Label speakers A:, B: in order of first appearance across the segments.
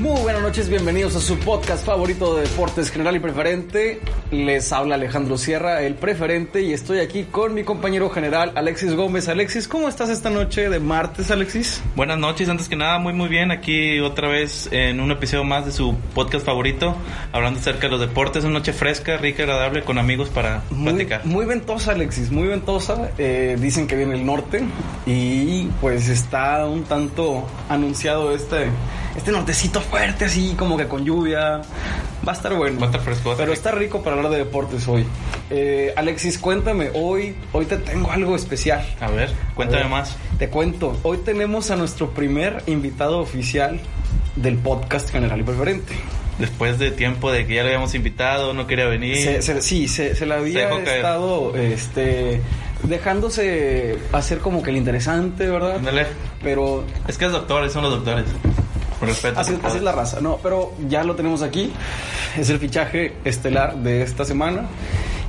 A: Muy buenas noches, bienvenidos a su podcast favorito de deportes general y preferente. Les habla Alejandro Sierra, el preferente, y estoy aquí con mi compañero general Alexis Gómez. Alexis, ¿cómo estás esta noche de martes, Alexis?
B: Buenas noches, antes que nada, muy muy bien. Aquí otra vez en un episodio más de su podcast favorito, hablando acerca de los deportes. Una noche fresca, rica, agradable, con amigos para
A: Muy-
B: platicar.
A: Muy ventosa, Alexis, muy ventosa. Eh, dicen que viene el norte y pues está un tanto anunciado este, este nortecito fuerte, así como que con lluvia. Va a estar bueno.
B: Va a estar fresco, va a estar
A: Pero está rico para hablar de deportes hoy. Eh, Alexis, cuéntame, hoy, hoy te tengo algo especial.
B: A ver, cuéntame
A: A ver,
B: más.
A: Te cuento, hoy tenemos a nuestro primer invitado oficial del podcast general y preferente.
B: Después de tiempo de que ya lo habíamos invitado, no quería venir.
A: Se- se- sí, se, se la había
B: dejó caer.
A: estado este, dejándose hacer como que el interesante, ¿verdad?
B: Ándale.
A: Pero
B: Es que es doctores, son los doctores. Por respeto.
A: así, así es la raza, no, pero ya lo tenemos aquí. Es el fichaje estelar de esta semana.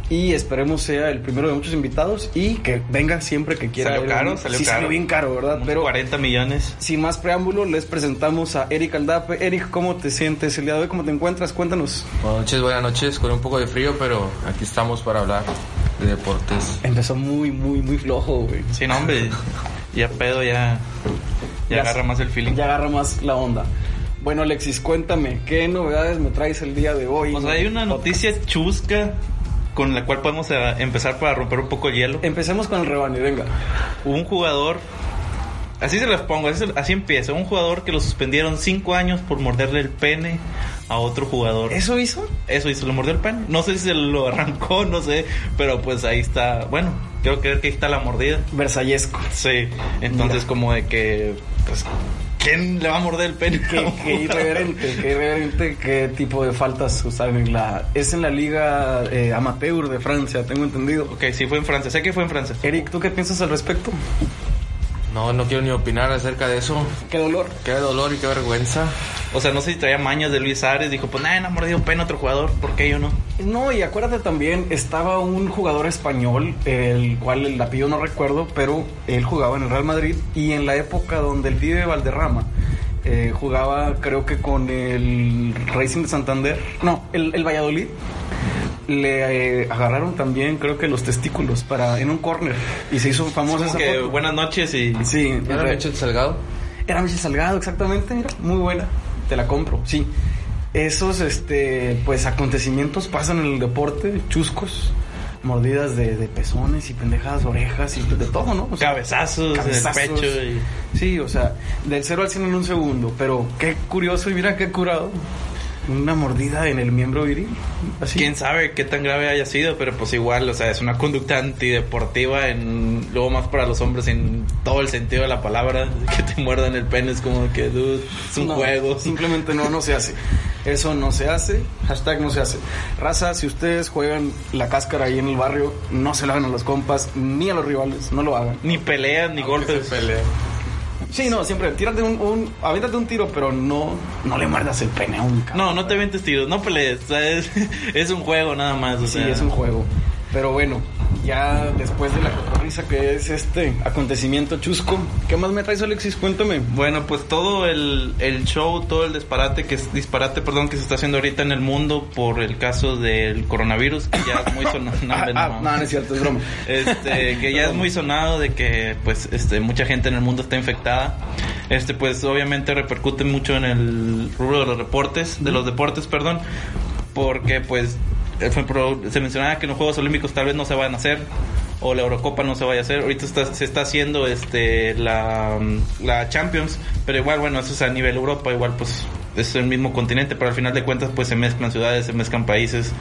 A: Y esperemos sea el primero de muchos invitados y que venga siempre que quiera.
B: Salió
A: Él,
B: caro,
A: ¿no?
B: salió
A: Sí,
B: caro.
A: salió bien caro, ¿verdad?
B: Unos
A: Pero
B: 40 millones.
A: sin más preámbulo, les presentamos a Eric Aldape. Eric, ¿cómo te sientes el día de hoy? ¿Cómo te encuentras? Cuéntanos.
C: Buenas noches, buenas noches, con un poco de frío, pero aquí estamos para hablar de deportes.
A: Empezó muy, muy, muy flojo, güey.
B: Sí, no, hombre. ya pedo, ya. Ya, agarra más el feeling.
A: Ya agarra más la onda. Bueno, Alexis, cuéntame, ¿qué novedades me traes el día de hoy?
B: Pues hay una noticia chusca con la cual podemos eh, empezar para romper un poco el hielo.
A: Empecemos con el rebaño, venga.
B: un jugador. Así se las pongo, así, se- así empieza. Un jugador que lo suspendieron cinco años por morderle el pene a otro jugador.
A: ¿Eso hizo?
B: Eso hizo, lo mordió el pene. No sé si se lo arrancó, no sé. Pero pues ahí está. Bueno, quiero creer que ahí está la mordida.
A: Versallesco.
B: Sí, entonces como de que. Pues, ¿Quién le va a morder el pene? a
A: Qué,
B: un
A: qué
B: jugador?
A: irreverente, qué irreverente, qué tipo de faltas usaron en la... Es en la liga eh, amateur de Francia, tengo entendido.
B: Ok, sí, fue en Francia. Sé que fue en Francia.
A: Eric, ¿tú qué piensas al respecto?
C: No, no quiero ni opinar acerca de eso.
A: Qué dolor.
C: Qué dolor y qué vergüenza.
B: O sea, no sé si traía mañas de Luis Ares. Dijo, pues nada, no ha mordido un pene a otro jugador. ¿Por qué yo no?
A: No, y acuérdate también, estaba un jugador español, el cual el apellido no recuerdo, pero él jugaba en el Real Madrid y en la época donde el vive Valderrama eh, jugaba, creo que con el Racing de Santander, no, el, el Valladolid, le eh, agarraron también, creo que los testículos para en un córner y se hizo famosa
B: Como
A: esa
B: que
A: foto.
B: buenas noches y...
A: Sí,
C: ¿No lo
A: re-
C: han hecho Salgado?
A: era Michel Salgado, exactamente, mira, muy buena. Te la compro, sí. Esos este pues acontecimientos pasan en el deporte, chuscos, mordidas de, de pezones y pendejadas orejas y de todo, ¿no? O sea,
B: cabezazos,
A: cabezazos.
B: en el pecho y...
A: Sí, o sea, del 0 al 100 en un segundo, pero qué curioso y mira qué curado. Una mordida en el miembro viril. Así.
B: Quién sabe qué tan grave haya sido, pero pues igual, o sea, es una conducta antideportiva en luego más para los hombres en todo el sentido de la palabra, que te muerdan el pene es como que dude, es un
A: No,
B: juego.
A: Simplemente no, no se hace. Eso no se hace. Hashtag no se hace. Raza, si ustedes juegan la cáscara ahí en el barrio, no se la hagan a los compas ni a los rivales. No lo hagan.
B: Ni peleas, ni golpes.
A: Sí, no, siempre. Tírate un. un aviéntate un tiro, pero no, no le muerdas el pene a un cabrón.
B: No, no te vientes tiros, no pelees, o sea, es, es un juego nada más, o
A: Sí,
B: sea.
A: es un juego. Pero bueno, ya después de la cotorriza que es este acontecimiento chusco, ¿qué más me traes, Alexis? Cuéntame.
B: Bueno, pues todo el, el show, todo el disparate que es- disparate, perdón, que se está haciendo ahorita en el mundo por el caso del coronavirus, que ya es muy sonado. No,
A: Ah,
B: hombre, no
A: ah,
B: mames.
A: no, no es cierto, es broma.
B: este que ya es muy sonado de que pues este mucha gente en el mundo está infectada este pues obviamente repercute mucho en el rubro de los reportes de los deportes perdón porque pues eh, fue pro- se mencionaba que los Juegos Olímpicos tal vez no se van a hacer o la Eurocopa no se vaya a hacer ahorita está- se está haciendo este la, mm, la Champions pero igual bueno eso es a nivel Europa igual pues es el mismo continente, pero al final de cuentas pues se mezclan ciudades, se mezclan países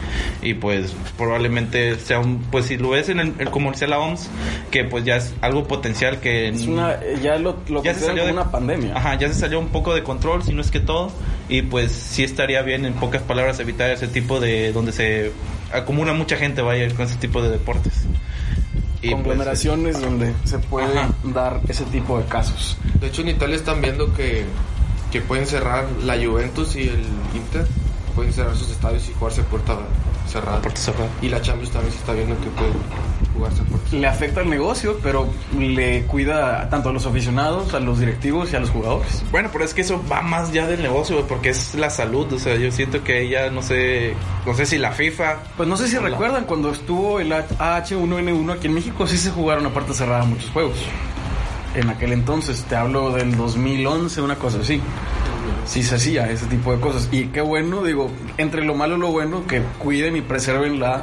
B: y pues probablemente sea un, pues si lo ves en el, el comercial la OMS, que pues ya es algo potencial que...
A: Es una, ya lo, lo
B: ya
A: consideran como una pandemia.
B: Ajá, ya se salió un poco de control, si no es que todo, y pues sí estaría bien en pocas palabras evitar ese tipo de... donde se acumula mucha gente, vaya, con ese tipo de deportes. Y, pues,
A: conglomeraciones donde se pueden
B: Ajá.
A: dar ese tipo de casos.
C: De hecho, en Italia están viendo que, que pueden cerrar la Juventus y el Inter pueden cerrar sus estadios y jugarse a puerta cerrada.
B: Puerta cerrada.
C: Y la Champions también se está viendo que pueden jugarse a puerta cerrada.
A: Le afecta al negocio, pero le cuida tanto a los aficionados, a los directivos y a los jugadores.
B: Bueno, pero es que eso va más ya del negocio, güey, porque es la salud. O sea, yo siento que ella, no sé, no sé si la FIFA.
A: Pues no sé si
B: Hola.
A: recuerdan cuando estuvo el H1N1 aquí en México, sí se jugaron a puerta cerrada muchos juegos. En aquel entonces, te hablo del 2011, una cosa así. Sí se hacía ese tipo de cosas. Y qué bueno, digo, entre lo malo y lo bueno, que cuiden y preserven la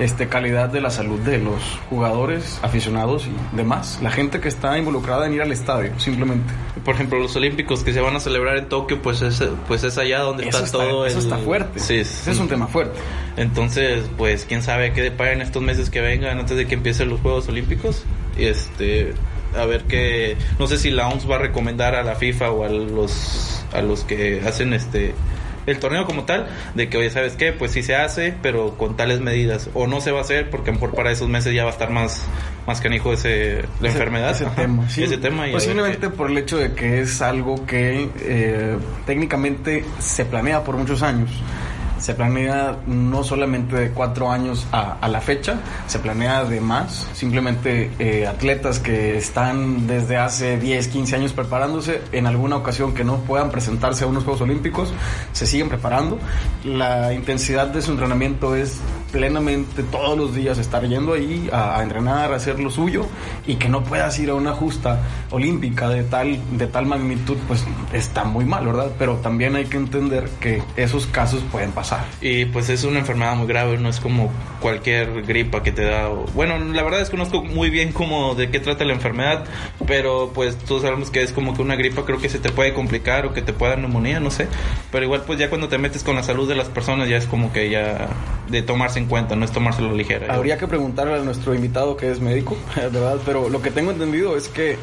A: este, calidad de la salud de los jugadores, aficionados y demás. La gente que está involucrada en ir al estadio, simplemente.
B: Por ejemplo, los Olímpicos que se van a celebrar en Tokio, pues es, pues es allá donde
A: Eso
B: está, todo
A: eso
B: el-
A: está fuerte.
B: Sí,
A: Ese
B: sí.
A: es un tema fuerte.
B: Entonces, pues quién sabe qué deparen estos meses que vengan antes de que empiecen los Juegos Olímpicos. Este, a ver qué no sé si la OMS va a recomendar a la FIFA o a los a los que hacen este el torneo como tal de que oye, ¿sabes qué? Pues sí se hace, pero con tales medidas o no se va a hacer porque a lo mejor para esos meses ya va a estar más más canijo ese la
A: Ese-
B: enfermedad,
A: Ese
B: Ajá.
A: tema, sí.
B: ese tema y a ver
A: Posiblemente
B: qué-
A: por el hecho de que es algo que eh, técnicamente se planea por muchos años. Se planea no solamente de cuatro años a, a la fecha, se planea de más. Simplemente eh, atletas que están desde hace 10, 15 años preparándose, en alguna ocasión que no puedan presentarse a unos Juegos Olímpicos, se siguen preparando. La intensidad de su entrenamiento es plenamente todos los días estar yendo ahí a, a entrenar, a hacer lo suyo y que no puedas ir a una justa olímpica de tal, de tal magnitud, pues está muy mal, ¿verdad? Pero también hay que entender que esos casos pueden pasar.
B: Y pues es una enfermedad muy grave, no es como cualquier gripa que te da. o- Bueno, la verdad desconozco muy bien cómo de qué trata la enfermedad, pero pues todos sabemos que es como que una gripa creo que se te puede complicar o que te pueda dar neumonía, no sé. Pero igual pues ya cuando te metes con la salud de las personas ya es como que ya de tomarse en cuenta, no es tomárselo ligera.
A: Habría que preguntarle a nuestro invitado que es médico, ¿verdad? Pero lo que tengo entendido es que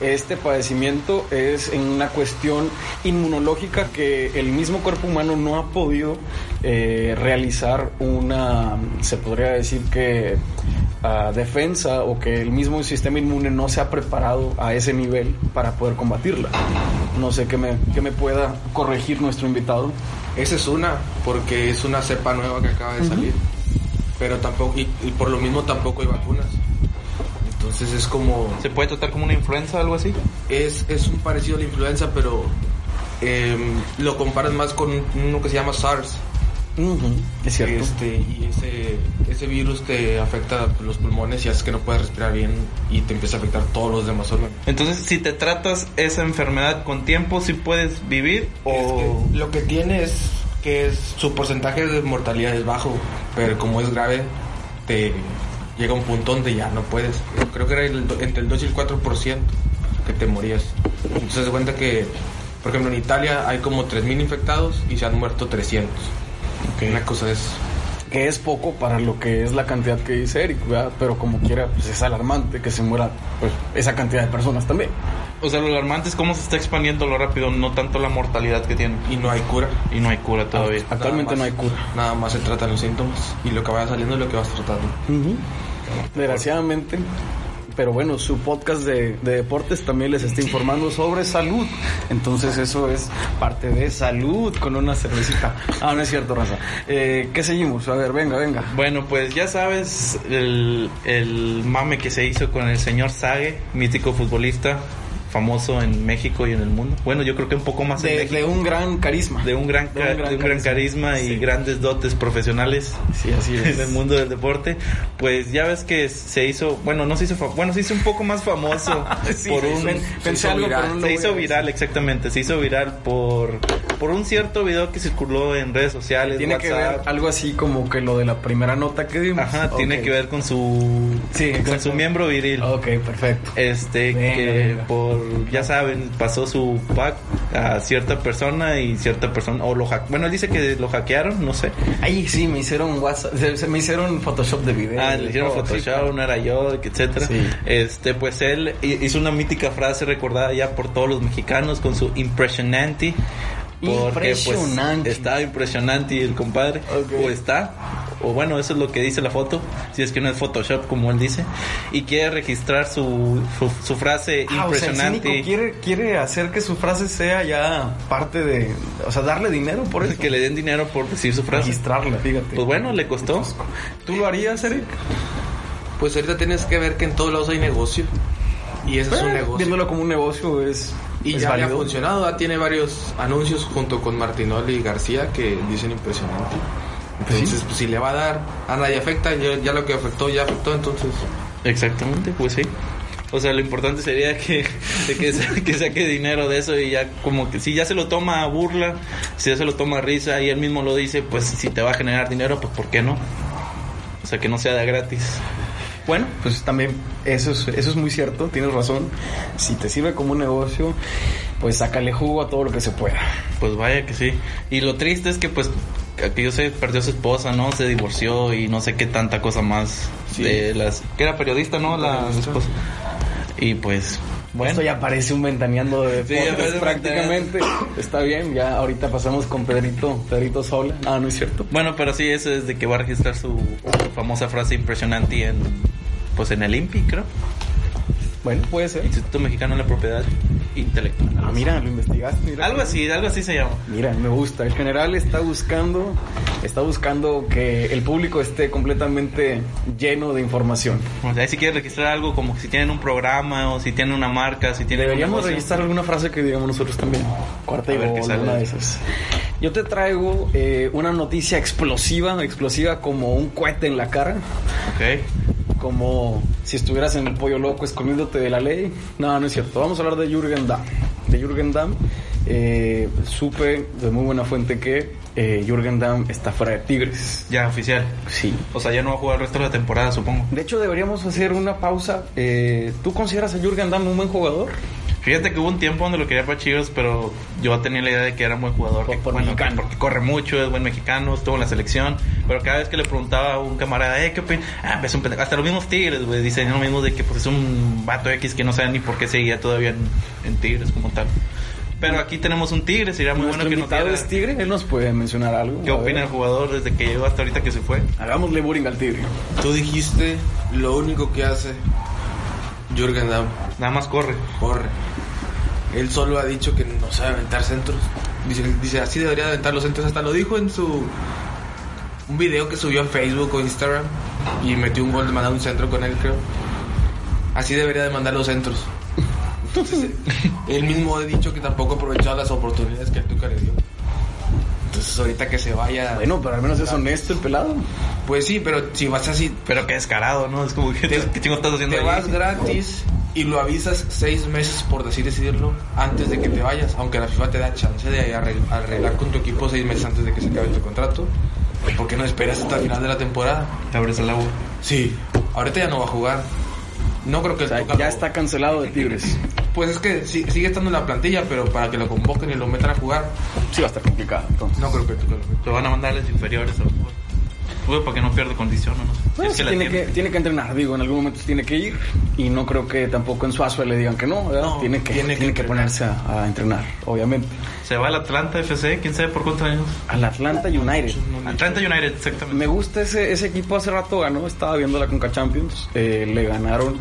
A: este padecimiento es en una cuestión inmunológica que el mismo cuerpo humano no ha podido eh, realizar una, se podría decir que ah, defensa o que el mismo sistema inmune no se ha preparado a ese nivel para poder combatirla. No sé qué me, qué me pueda corregir nuestro invitado.
C: Esa es una, porque es una cepa nueva que acaba de salir. Pero tampoco, y, y por lo mismo tampoco hay vacunas. Entonces es como.
B: ¿Se puede tratar como una influenza o algo así?
C: Es, es un parecido a la influenza, pero eh, lo comparas más con uno que se llama SARS.
A: Es cierto.
C: Este, y ese, ese virus te afecta los pulmones y hace que no puedas respirar bien y te empieza a afectar todos los demás órganos.
B: Entonces, si te tratas esa enfermedad con tiempo, si puedes vivir o...
C: Es que lo que tiene es que es, su porcentaje de mortalidad es bajo, pero como es grave, te llega un punto donde ya no puedes. Creo que era el do- entre el 2 y el 4% que te morías. Entonces se cuenta que, por ejemplo, en Italia hay como 3.000 infectados y se han muerto 300. Una cosa es...
A: que es poco para lo que es la cantidad que dice Eric, ¿verdad? pero como quiera, pues es alarmante que se muera pues, esa cantidad de personas también.
B: O sea, lo alarmante es cómo se está expandiendo lo rápido, no tanto la mortalidad que tiene.
C: Y no hay cura.
B: Y no hay cura todavía.
A: Actualmente no
C: Nada
A: hay
C: más-
A: cura.
C: Nada más se tratan los síntomas y lo que vaya saliendo es lo que vas tratando.
A: Desgraciadamente. Pero bueno, su podcast de, de deportes también les está informando sobre salud. Entonces eso es parte de salud con una cervecita. Ah, no es cierto, Raza. Eh, ¿Qué seguimos? A ver, venga, venga.
B: Bueno, pues ya sabes el, el mame que se hizo con el señor Sage, mítico futbolista, famoso en México y en el mundo. Bueno, yo creo que un poco más en
A: De,
B: México.
A: de un gran carisma.
B: De un gran, ca- de un gran carisma, y
A: Sí.
B: grandes dotes profesionales
A: Sí, así es.
B: en el mundo del deporte. Pues ya ves que se hizo, bueno, no se hizo, fa- bueno, se hizo un poco más famoso
A: Sí,
B: por
A: se
B: un,
A: hizo- pensé
C: hizo
A: algo,
C: viral.
A: pero no lo
B: se
A: voy a
B: hizo
A: decir.
B: viral, exactamente. Se hizo viral por, por un cierto video que circuló en redes sociales.
A: Tiene que ver
B: WhatsApp.
A: algo así como que lo de la primera nota que dimos.
B: Ajá, tiene
A: Ok.
B: que ver con su,
A: Sí,
B: con
A: exacto.
B: su miembro viril.
A: Ok, perfecto.
B: Este,
A: Venga,
B: que
A: venga.
B: por, ya saben, pasó su pack a cierta persona y cierta persona, o lo hack- bueno, él dice que lo hackearon, no sé.
A: Ahí sí, me hicieron WhatsApp, se, se me hicieron Photoshop de video.
B: Ah, le hicieron
A: Oh,
B: Photoshop, no era yo, etcétera.
A: Sí.
B: Este, pues él hi- hizo una mítica frase recordada ya por todos los mexicanos con su impressionante. Porque pues
A: Impresionante.
B: estaba impresionante y el compadre
A: Ok.
B: o está o bueno, eso es lo que dice la foto, si es que no es Photoshop como él dice, y quiere registrar su, su, su frase
A: Ah, o sea, el
B: impresionante.
A: cínico quiere, quiere hacer que su frase sea ya parte de. O sea, darle dinero por eso.
B: que le den dinero por decir su frase.
A: registrarla, fíjate.
B: Pues bueno, le costó.
A: ¿Tú lo harías, Eric?
C: Pues ahorita tienes que ver que en todos lados hay negocio. Y eso es un
A: Eh,
C: negocio.
A: Viéndolo como un negocio es.
C: Ah. Y
A: es
C: ya le ha
A: válido.
C: funcionado. ya tiene varios anuncios junto con Martinoli y García que dicen impresionante. Entonces, pues, si le va a dar, a nadie afecta. Ya, ya lo que afectó, ya afectó. Entonces,
B: Exactamente, pues sí. O sea, lo importante sería que, de que, sa- que saque dinero de eso y ya como que si ya se lo toma a burla, si ya se lo toma a risa y él mismo lo dice, pues si te va a generar dinero, pues ¿por qué no? O sea, que no sea de gratis. Bueno,
A: Pues también, eso es, eso es muy cierto, tienes razón. Si te sirve como un negocio, pues sácale jugo a todo lo que se pueda.
B: pues vaya que sí. Y lo triste es que pues que yo sé, perdió a su esposa, ¿no? Se divorció y no sé qué tanta cosa más
C: Sí.
B: de las que era periodista, ¿no? La
C: Periodista.
B: esposa. Y pues bueno,
A: Esto ya parece un ventaneando de
B: Sí,
A: deportes
B: ya parece un
A: prácticamente. Está bien, ya ahorita pasamos con Pedrito, Pedrito Sola. Ah, no es cierto.
B: Bueno, pero sí, eso es de que va a registrar su famosa frase impresionante en, pues en el INPI, creo.
A: Bueno, puede ser.
B: Instituto Mexicano de la Propiedad Intelectual.
A: Ah, mira, lo investigaste. mira.
B: Algo así, algo así se llama.
A: Mira, me gusta. El general está buscando, está buscando que el público esté completamente lleno de información.
B: O sea, ahí si quieres registrar algo como si tienen un programa o si tienen una marca, si tienen un
A: Deberíamos
B: negocio.
A: registrar alguna frase que digamos nosotros también. Cuarta y
B: A ver
A: gol,
B: qué sale.
A: una de esas. Yo te traigo eh, una noticia explosiva, explosiva como un cohete en la cara,
B: Ok.
A: como si estuvieras en el pollo loco escondiéndote de la ley. No, no es cierto. Vamos a hablar de Jürgen Damm. De Jürgen Damm, eh, supe de muy buena fuente que eh, Jürgen Damm está fuera de Tigres.
B: Ya, oficial.
A: Sí.
B: O sea, ya no va a jugar el resto de la temporada, supongo.
A: De hecho, deberíamos hacer una pausa. Eh, ¿Tú consideras a Jürgen Damm un buen jugador?
B: Fíjate que hubo un tiempo donde lo quería para Chivas, pero yo tenía la idea de que era un buen jugador.
A: Por-
B: que,
A: por
B: bueno,
A: mexicano.
B: Porque corre mucho, es buen mexicano, estuvo en la selección. Pero cada vez que le preguntaba a un camarada, eh, ¿qué opinas? Ah, es un pendejo. Hasta los mismos Tigres, güey. Dicen lo mismo de que pues, es un vato X que no sabe ni por qué seguía todavía en, en Tigres como tal. Pero aquí tenemos un Tigre, sería muy
A: Nuestro
B: bueno que nos
A: invitado
B: diera
A: es Tigre, él nos puede mencionar algo.
B: qué
A: A
B: opina
A: ver.
B: el jugador desde que llegó hasta ahorita que se fue.
A: Hagámosle bullying al tigre.
C: tú dijiste lo único que hace Jürgen Damm.
B: Nada más corre.
C: Corre. Él solo ha dicho que no sabe aventar centros. Dice, dice, así debería aventar los centros. Hasta lo dijo en su. Un video que subió a Facebook o Instagram. Y metió un gol de mandar un centro con él, creo. Así debería de mandar los centros. Entonces, él mismo ha dicho que tampoco ha aprovechado las oportunidades que el Tuca le dio. Entonces, ahorita que se vaya.
A: Bueno, pero al menos es honesto el pelado.
C: Pues sí, pero si vas así,
B: Pero qué descarado, ¿no? Es como que
C: Te-
B: ¿qué chingo estás haciendo
C: Te
B: ahí?
C: vas gratis y lo avisas seis meses, por decir decidirlo, antes de que te vayas. Aunque la FIFA te da chance de arregl- arreglar con tu equipo seis meses antes de que se acabe tu contrato. ¿Por qué no esperas hasta el final de la temporada?
B: Te abres el agua.
C: Sí. Ahorita ya no va a jugar. No creo que
A: O
C: el
A: sea,
C: Tuca
A: ya
C: lo-
A: está cancelado de Tigres.
C: Pues es que si- sigue estando en la plantilla, pero para que lo convoquen y lo metan a jugar,
A: Sí va a estar complicado. entonces.
C: no creo que el Tuca lo meta.
B: Lo van a mandar a las inferiores a lo mejor. Güey, para que no pierda condición o no. sé.
A: Bueno,
B: es
A: sí
B: que la
A: Pues tiene, que,
B: tiene.
A: tiene que entrenar, digo, en algún momento se tiene que ir y no creo que tampoco en Suazo le digan que no, ¿verdad?
C: No,
A: tiene que, tiene
C: tiene
A: que,
C: que
A: ponerse a, a entrenar, obviamente.
B: Se va al Atlanta FC, quién sabe por cuántos años.
A: Al Atlanta United.
B: Atlanta United, exactamente.
A: Me gusta ese, ese equipo, hace rato ganó, estaba viendo la Conca Champions, eh, le ganaron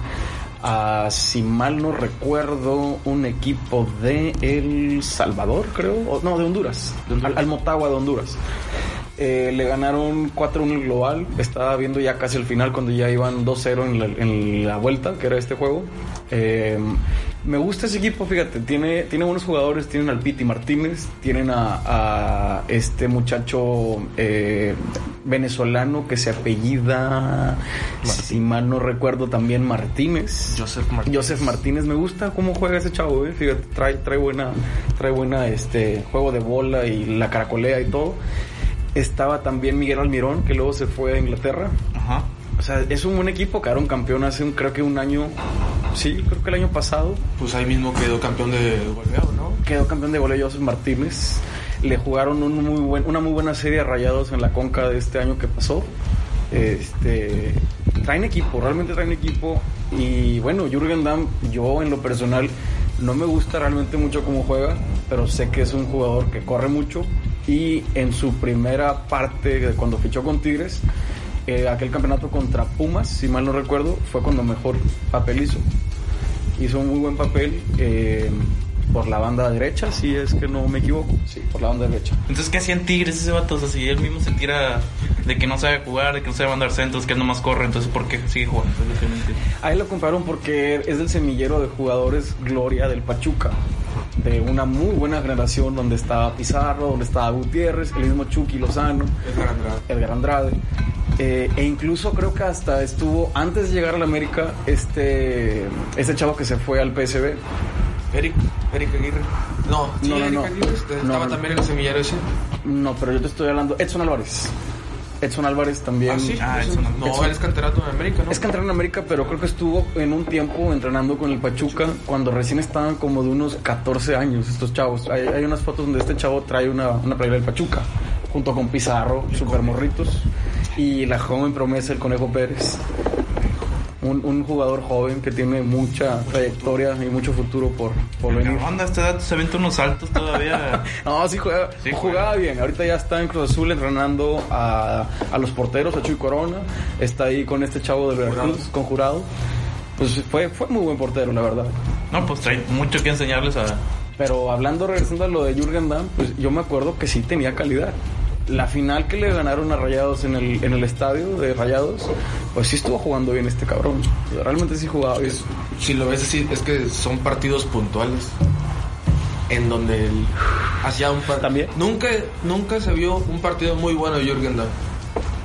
A: a, si mal no recuerdo, un equipo de El Salvador, creo, o- no, de Honduras,
B: De Honduras.
A: Al, al Motagua de Honduras. Eh, le ganaron 4-1 el global, estaba viendo ya casi el final cuando ya iban 2-0 en la, en la vuelta, que era este juego. Eh, me gusta ese equipo, fíjate, tiene, tiene buenos jugadores, tienen al Piti Martínez, tienen a, a este muchacho eh, venezolano que se apellida, si mal no recuerdo, también Martínez.
B: Joseph
A: Joseph Martínez, me gusta cómo juega ese chavo, eh, fíjate, trae, trae buena, trae buena este juego de bola y la caracolea y todo. Estaba también Miguel Almirón, que luego se fue a Inglaterra.
B: Ajá.
A: O sea, es un buen equipo, quedaron campeón hace un, creo que un año, sí, creo que el año pasado.
C: Pues ahí mismo quedó campeón de goleo, ¿no?
A: Quedó campeón de goleo Joseph Martínez. Le jugaron un muy buen- una muy buena serie a Rayados en la Conca de este año que pasó. Este, traen equipo, realmente traen equipo. Y bueno, Jürgen Damm, yo en lo personal no me gusta realmente mucho cómo juega, pero sé que es un jugador que corre mucho y en su primera parte de cuando fichó con Tigres eh, aquel campeonato contra Pumas, si mal no recuerdo, fue cuando mejor papel hizo. Hizo un muy buen papel eh, por la banda derecha, si es que no me equivoco. Sí, por la banda derecha.
B: Entonces, ¿qué hacían Tigres ese vato? O sea, si él mismo se tira de que no sabe jugar, de que no sabe mandar centros, que él nomás corre, entonces, ¿por qué sigue jugando? Eso es lo que no entiendo.
A: A él lo compraron porque es del semillero de jugadores Gloria del Pachuca. De una muy buena generación donde estaba Pizarro, donde estaba Gutiérrez, el mismo Chucky Lozano,
C: Es Andrade.
A: Edgar Andrade. Eh, e incluso creo que hasta estuvo, antes de llegar a la América, este, este chavo que se fue al PSB.
C: Eric, Eric Aguirre. No, sí,
A: No, no,
C: Eric
A: no.
C: Aguirre este,
A: No,
C: estaba
A: no.
C: también en el semillero ese.
A: No, pero yo te estoy hablando, Edson Álvarez. Edson Álvarez también.
C: Ah, sí,
B: Ah,
C: ese-
B: eso no.
C: no,
A: Eso-
C: él es canterato en América, ¿no?
A: Es que entró en América, pero creo que estuvo en un tiempo entrenando con el Pachuca cuando recién estaban como de unos 14 años estos chavos. Hay, hay unas fotos donde este chavo trae una, una playera del Pachuca junto con Pizarro, Super Morritos y la joven promesa, el Conejo Pérez. Un, un jugador joven que tiene mucha trayectoria y mucho futuro por, por
B: ¿Qué
A: venir.
B: onda? Este dato se aventa unos saltos todavía.
A: No, sí juega-
B: Sí juega.
A: jugaba bien. Ahorita ya está en Cruz Azul entrenando a, a los porteros, a Chuy Corona. Está ahí con este chavo de Veracruz, con Jurado. Pues fue, fue muy buen portero, la verdad.
B: No, pues trae mucho que enseñarles a.
A: Pero hablando, regresando a lo de Jürgen Damm, pues yo me acuerdo que sí tenía calidad. La final que le ganaron a Rayados en el, en el estadio de Rayados, pues sí estuvo jugando bien este cabrón. Realmente sí jugaba bien.
C: Es- si lo ves así, es que son partidos puntuales. En donde él hacía un partido.
A: También.
C: Nunca, nunca se vio un partido muy bueno de Jürgen Damm.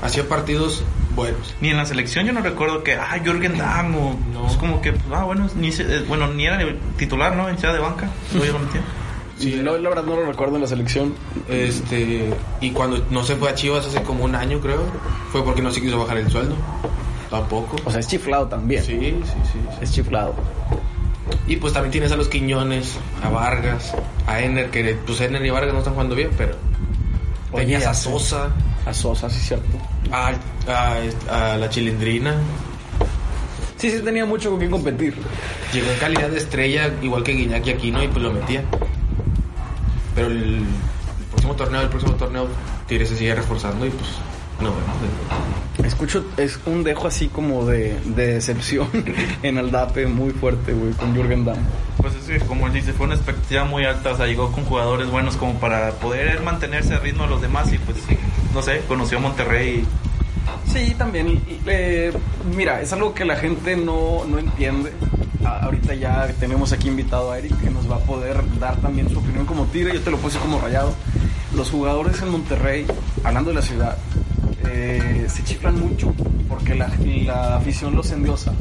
C: Hacía partidos buenos.
B: Ni en la selección yo no recuerdo que, ah, Jürgen Damm, o-
C: No.
B: Es como que, pues, ah, bueno, ni, se- eh, bueno, ni era ni titular, ¿no? En de banca. No, yo no entiendo.
A: Y no, la verdad no lo recuerdo en la selección.
C: Este, y cuando no se fue a Chivas hace como un año, creo, fue porque no se quiso bajar el sueldo. Tampoco.
A: O sea, es chiflado también.
C: Sí, sí, sí, sí.
A: Es chiflado.
C: Y pues también tienes a los Quiñones, a Vargas, a Ener, que pues Ener y Vargas no están jugando bien, pero.
A: Oye,
C: Tenías a
A: sí.
C: Sosa,
A: A Sosa, sí, cierto.
C: a, a- a la Chilindrina.
A: Sí, sí tenía mucho con qué competir.
C: Llegó en calidad de estrella, igual que Guiñac y Aquino, y pues lo metía. Pero el, el próximo torneo, el próximo torneo, Tigres se sigue reforzando y pues no vemos.
A: Escucho, es un dejo así como de, de decepción en Aldape muy fuerte, güey, con Jürgen Damm.
B: Pues es que, como él dice, fue una expectativa muy alta. O sea, llegó con jugadores buenos como para poder él mantenerse al ritmo de los demás. Y pues, no sé, conoció a Monterrey.
A: Sí, también. eh, mira, es algo que la gente no, no entiende. A- ahorita ya tenemos aquí invitado a Eric, que nos va a poder dar también su opinión como tigre. Yo te lo puse como rayado. Los jugadores en Monterrey, hablando de la ciudad, eh, se chiflan mucho porque la, la afición los endiosa.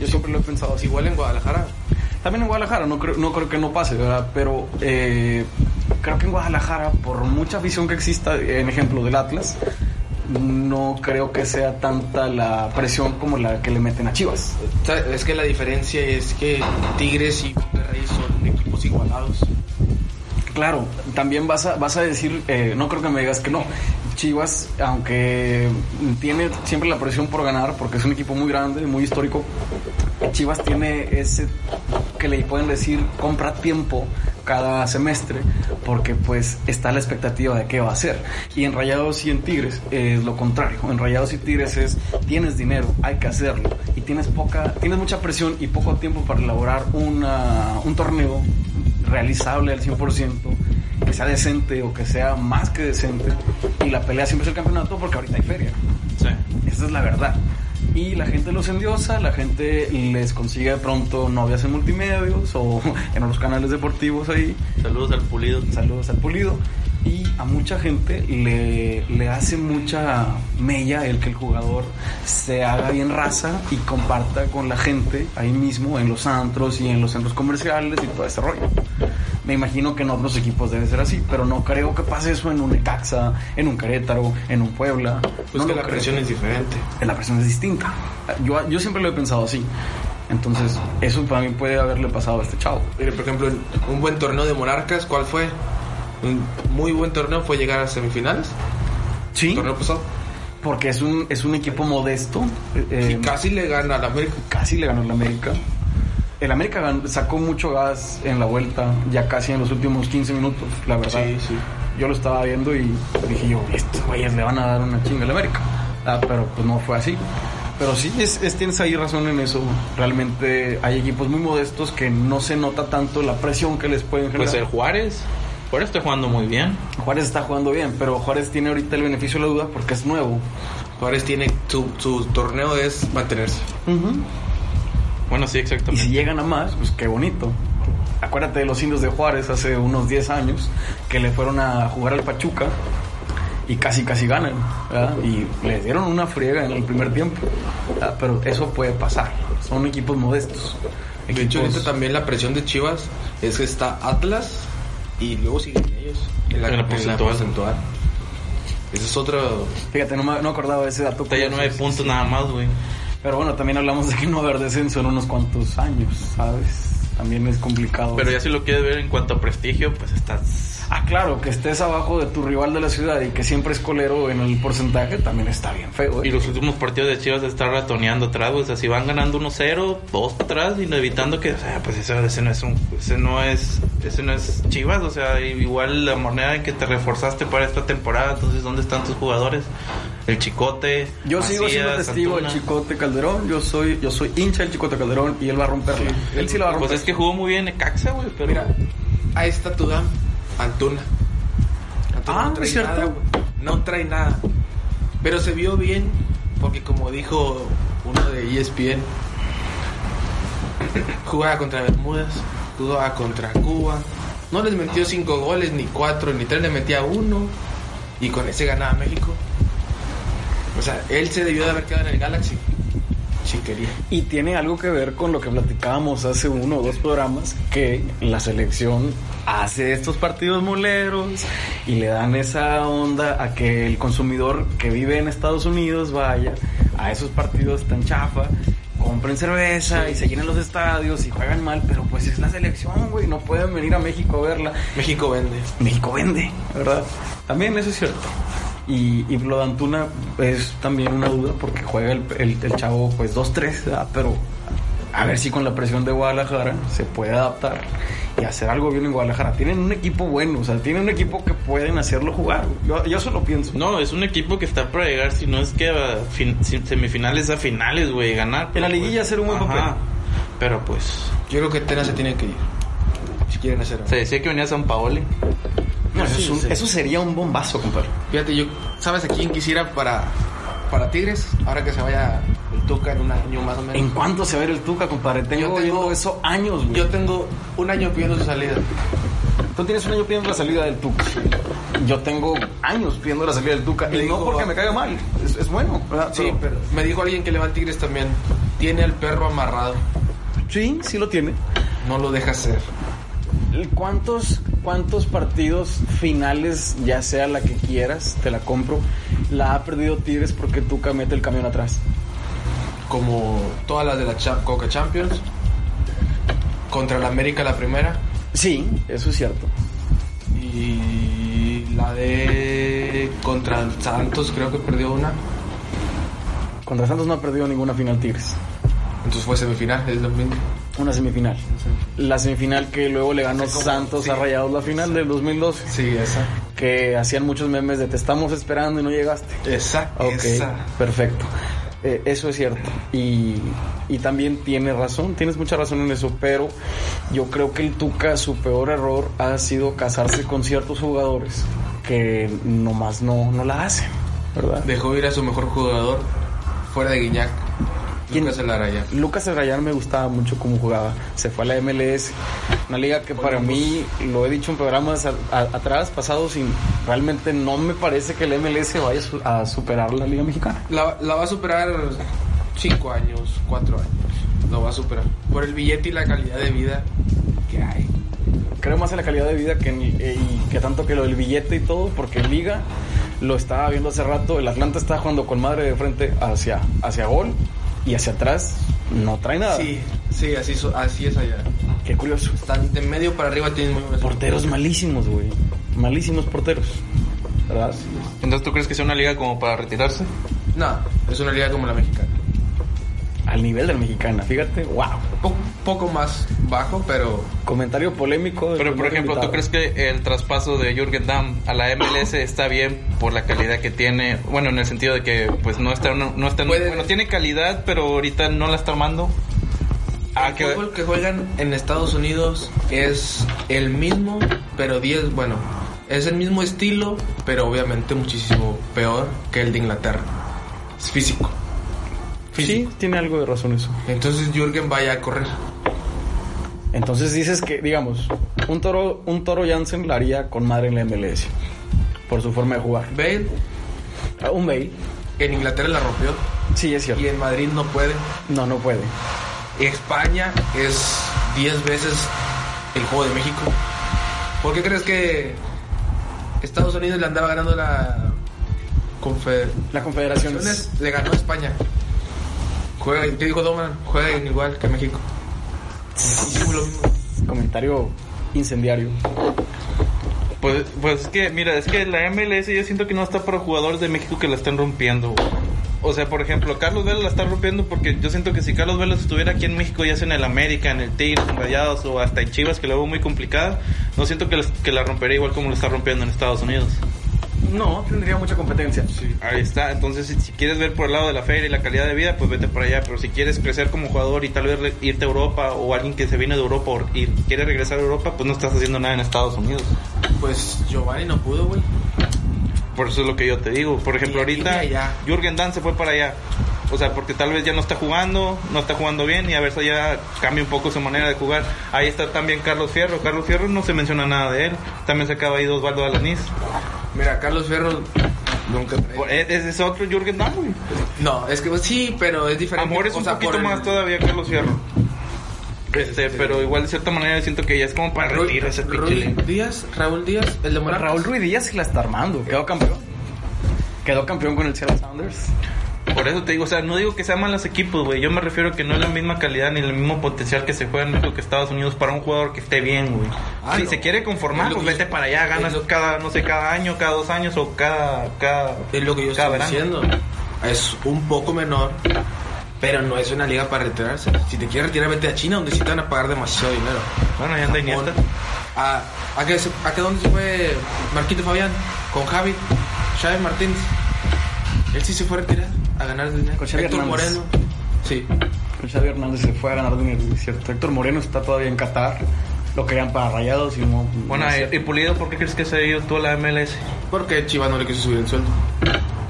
A: Yo siempre lo he pensado así.
C: Igual en Guadalajara,
A: También en Guadalajara, no creo, no creo que no pase, ¿verdad? Pero eh, creo que en Guadalajara, por mucha afición que exista, en ejemplo del Atlas, no creo que sea tanta la presión como la que le meten a Chivas.
C: ¿sabes? es que la diferencia es que Tigres y Monterrey son equipos igualados.
A: Claro, también vas a, vas a decir, eh, no creo que me digas que no. Chivas, aunque tiene siempre la presión por ganar, porque es un equipo muy grande, muy histórico, Chivas tiene ese que le pueden decir compra tiempo cada semestre, porque pues está la expectativa de qué va a hacer. Y en Rayados y en Tigres es lo contrario. En Rayados y Tigres es tienes dinero, hay que hacerlo. Y tienes poca, tienes mucha presión y poco tiempo para elaborar una, un torneo realizable al 100%, que sea decente o que sea más que decente. Y la pelea siempre es el campeonato porque ahorita hay feria.
B: Sí.
A: Esa es la verdad. Y la gente los endiosa, la gente les consigue de pronto novias en multimedios o en los canales deportivos ahí.
B: Saludos al Pulido.
A: Saludos al Pulido. Y a mucha gente le, le hace mucha mella el que el jugador se haga bien raza y comparta con la gente ahí mismo en los antros y en los centros comerciales y todo ese rollo. Me imagino que en otros equipos debe ser así, pero no creo que pase eso en un Necaxa, en un Querétaro, en un Puebla.
C: Pues
A: no
C: que
A: lo
C: la
A: creo
C: presión es diferente.
A: la persona es distinta. Yo, yo siempre lo he pensado así. Entonces, eso para mí puede haberle pasado a este chavo.
C: Mire, por ejemplo, un buen torneo de Monarcas, ¿cuál fue? Un muy buen torneo fue llegar a semifinales.
A: Sí.
C: Torneo pasado.
A: Porque es un, es un equipo modesto. eh,
C: Y casi le gana al América.
A: casi le ganó el América. El América gan- sacó mucho gas en la vuelta, ya casi en los últimos 15 minutos, la verdad.
C: sí.
A: Yo lo estaba viendo y dije yo, estos güeyes le van a dar una chinga al América. Ah, pero pues no fue así. Pero sí, es, es- tienes ahí razón en eso. Realmente hay equipos muy modestos que no se nota tanto la presión que les pueden generar.
B: Pues el Juárez. Juárez está jugando muy bien.
A: Juárez está jugando bien, pero Juárez tiene ahorita el beneficio de la duda porque es nuevo.
C: Juárez tiene su, su torneo es mantenerse.
B: Bueno, sí,
A: Y
B: exactamente.
A: si llegan a más, pues qué bonito. Acuérdate de los indios de Juárez hace unos 10 años que le fueron a jugar al Pachuca y casi casi ganan. ¿verdad? Y les dieron una friega en el primer tiempo. ¿verdad? Pero eso puede pasar. Son equipos modestos.
C: De hecho,
A: Equipos-
C: ahorita también la presión de Chivas es que está Atlas y luego siguen ellos. En
B: En la porcentual.
C: porcentual. Ese es otro.
A: Fíjate, no me no acordaba de ese dato.
B: Está ya
A: curioso.
B: nueve puntos nada más, güey.
A: Pero bueno, también hablamos de que no va a haber descenso en unos cuantos años, ¿sabes? También es complicado.
B: Pero ya si lo quieres ver en cuanto a prestigio, pues estás...
A: Ah, claro, que estés abajo de tu rival de la ciudad y que siempre es colero en el porcentaje también está bien feo. ¿eh?
B: Y los últimos partidos de Chivas están ratoneando atrás, güey. O sea, si van ganando 1-0, 2 atrás y evitando que... O sea, pues ese, ese no es un... Ese no es... Ese no es Chivas. O sea, igual la moneda en que te reforzaste para esta temporada. Entonces, ¿dónde están tus jugadores? El Chicote,
A: Yo sigo siendo
B: Macías,
A: testigo del
B: Antuna.
A: Chicote Calderón, yo soy yo soy hincha del Chicote Calderón y él va a romperla. Él sí la va a romper.
B: Pues es que jugó muy bien Necaxa, güey, pero...
C: Mira, ahí está tu dam, Antuna. Antuna
A: Ah,
C: no trae
A: ¿es cierto?
C: nada, güey. No trae nada. Pero se vio bien, porque como dijo uno de E ESPN, jugaba contra Bermudas, jugaba contra Cuba. No les metió cinco goles, ni cuatro, ni tres, le metía uno. Y con ese ganaba México. O sea, él se debió de haber quedado en el Galaxy. Si quería.
A: Y tiene algo que ver con lo que platicábamos hace uno o dos programas, que la selección hace estos partidos moleros y le dan esa onda a que el consumidor que vive en Estados Unidos vaya a esos partidos tan chafa, compren cerveza y se llenan los estadios y juegan mal, pero pues es la selección, güey, no pueden venir a México a verla.
C: México vende.
A: México vende, ¿verdad? También eso es cierto. Y, y lo de Antuna es también una duda porque juega el, el- el chavo pues 2-3, ¿verdad? pero a ver si con la presión de Guadalajara se puede adaptar y hacer algo bien en Guadalajara. Tienen un equipo bueno, o sea, tienen un equipo que pueden hacerlo jugar. Yo, yo eso lo pienso.
B: No, es un equipo que está para llegar, si no es que a fin- si- semifinales a finales, güey, ganar. pues,
A: En la liguilla hacer un buen papel.
B: Pero pues,
C: Yo creo que Tena se tiene que ir. Si quieren hacer algo.
B: se decía que venía San Paoli.
A: No, eso,
C: Sí,
A: es un-
C: sí.
A: eso sería un bombazo, compadre.
C: Fíjate, yo, ¿sabes a quién quisiera para, para Tigres? Ahora que se vaya el Tuca en un año más o menos.
A: ¿En cuánto se va a ir el Tuca, compadre? Tengo,
C: Yo tengo-
A: viendo eso años, güey.
C: Yo tengo un año pidiendo su salida.
A: Tú tienes un año pidiendo la salida del Tuca. Yo tengo años pidiendo la salida del Tuca.
C: Le
A: Y no
C: digo,
A: porque
C: ah,
A: me caiga mal. Es, es bueno. ¿verdad?
C: Sí, pero me dijo alguien que le va al Tigres también. Tiene al perro amarrado.
A: Sí, sí lo tiene.
C: No lo deja hacer.
A: ¿Cuántos, ¿Cuántos partidos finales, ya sea la que quieras, te la compro, la ha perdido Tigres porque Tuca mete el camión atrás?
C: Como todas las de la Cha- Coca Champions. Contra la América la primera.
A: Sí, eso es cierto.
C: Y la de... Contra el Santos creo que perdió una.
A: Contra Santos no ha perdido ninguna final Tigres.
C: Entonces fue semifinal, es lo mismo.
A: Una semifinal. La semifinal que luego le ganó
C: Hace como-
A: Santos
C: sí.
A: a Rayados la final del 2012.
C: Sí, esa.
A: Que hacían muchos memes de te estamos esperando y no llegaste.
C: Esa,
A: Ok,
C: esa.
A: perfecto. Eh, eso es cierto. Y, y también tiene razón, tienes mucha razón en eso, pero yo creo que el Tuca, su peor error ha sido casarse con ciertos jugadores que nomás no, no la hacen, ¿verdad?
C: Dejó ir a su mejor jugador fuera de Guiñac.
A: ¿Quién?
C: Lucas Elaraya.
A: Lucas Ebrayán me gustaba mucho cómo jugaba. Se fue a la MLS, una liga que para mí, lo he dicho en programas a- a- atrás, pasados, y realmente no me parece que la MLS vaya su- a superar la Liga Mexicana.
C: La, la va a superar 5 años, 4 años. Lo va a superar. Por el billete y la calidad de vida que hay.
A: Creo más en la calidad de vida que, en- eh, y que tanto que lo del billete y todo, porque Liga lo estaba viendo hace rato. El Atlanta está jugando con madre de frente hacia, hacia gol y hacia atrás no trae nada.
C: Sí, sí, así, so- así es allá.
A: Qué curioso.
C: Están de medio para arriba, tienen muy buenas-
A: Porteros malísimos, güey. Malísimos porteros. ¿Verdad?
C: Pues
B: Entonces, ¿tú crees que sea una liga como para retirarse?
C: No, es una liga como la mexicana.
A: al nivel de la mexicana. Fíjate, wow.
C: Un poco más bajo, pero
A: Comentario polémico. del
B: Pero, por
A: primer
B: ejemplo, ¿tú
A: invitado.
B: crees que el traspaso de Jürgen Damm a la MLS está bien por la calidad que tiene? Bueno, en el sentido de que, pues, no está... No, no está
C: Puede-
B: bueno, tiene calidad, pero ahorita no la está armando. Ah,
C: el
B: que...
C: fútbol que juegan en Estados Unidos es el mismo, pero 10, bueno, es el mismo estilo, pero obviamente muchísimo peor que el de Inglaterra. Es físico.
A: Sí, tiene algo de razón eso.
C: Entonces Jürgen vaya a correr.
A: Entonces dices que, digamos, un toro, un toro Jansen la haría con madre en la MLS. Por su forma de jugar.
C: Bale
A: Ah, Un Bale.
C: en Inglaterra la rompió
A: Sí, es cierto.
C: y en Madrid no puede.
A: No, no puede.
C: España es 10 veces el juego de México. ¿Por qué crees que Estados Unidos le andaba ganando la confer
A: La confederación
C: Naciones le ganó a España. Juega, te digo Doman, juega igual que México. Hicimos lo mismo.
A: comentario incendiario.
B: Pues, pues es que, mira, es que la MLS yo siento que no está para jugadores de México que la están rompiendo. güey. O sea, por ejemplo, Carlos Vela la está rompiendo porque yo siento que si Carlos Vela estuviera aquí en México, ya sea en el América, en el Tigres, en Rayados o hasta en Chivas, que la veo muy complicada, no siento que, las- que la rompería igual como la está rompiendo en Estados Unidos.
A: No, tendría mucha competencia.
B: Ahí está, entonces si, si quieres ver por el lado de la feria y la calidad de vida, pues vete para allá, pero si quieres crecer como jugador y tal vez re- irte a Europa o alguien que se viene de Europa o- y quiere regresar a Europa, pues no estás haciendo nada en Estados Unidos.
C: Pues Giovanni no pudo, güey.
B: Por eso es lo que yo te digo. Por ejemplo,
C: Y aquí
B: ahorita
C: y allá.
B: Jürgen Dan se fue para allá. O sea, porque tal vez ya no está jugando, no está jugando bien y a ver si allá cambia un poco su manera de jugar. Ahí está también Carlos Fierro. Carlos Fierro no se menciona nada de él. También se acaba ahí de Osvaldo Alanís.
C: Mira, Carlos Ferro nunca.
B: Por- e- Ese es otro Jürgen Dan, güey.
C: No, es que pues, sí, pero es diferente.
B: Amor es
C: O
B: un
C: sea,
B: poquito
C: por el-
B: más todavía Carlos Fierro. Este, pero igual de cierta manera yo siento que ya es como para
C: Ru-
B: retirar ese
C: Ru-
B: pinche link.
C: Díaz, Raúl Díaz, el de Monaco.
A: Raúl Ruiz Díaz sí la está armando. Quedó campeón. Quedó campeón con el Seattle Sounders.
B: Por eso te digo, o sea, no digo que sean malos equipos, güey. Yo me refiero a que no es la misma calidad ni el mismo potencial que se juega en México que Estados Unidos para un jugador que esté bien, güey.
C: Ah,
B: si
C: no.
B: se quiere
C: Es
B: conformar,
C: lo
B: pues
C: que
B: vete
C: yo-
B: para allá, ganas
C: es lo-
B: cada, no sé, cada año, cada dos años o cada. cada
C: Es lo que yo
B: cada
C: estaba
B: verano.
C: diciendo. Es un poco menor, pero no es una liga para retirarse. Si te quieres retirar, vete a China, donde sí te van a pagar demasiado dinero.
B: Bueno, ya anda Iniesta.
C: ¿A, a, qué, se- ¿A qué dónde se fue Marquito Fabián? Con Javi, Xavi Martínez. Él sí se fue a retirar, a ganar dinero.
A: Con Xavi
C: Héctor
A: Hernández.
C: Moreno. Sí.
A: El Xavi Hernández se fue a ganar dinero, es cierto. Héctor Moreno está todavía en Qatar. Lo querían para rayados y no.
B: Bueno,
A: no
B: eh,
A: sé.
B: y Pulido, ¿por qué crees que se ha ido tú a la MLS?
C: Porque Chivas no le quiso subir el sueldo.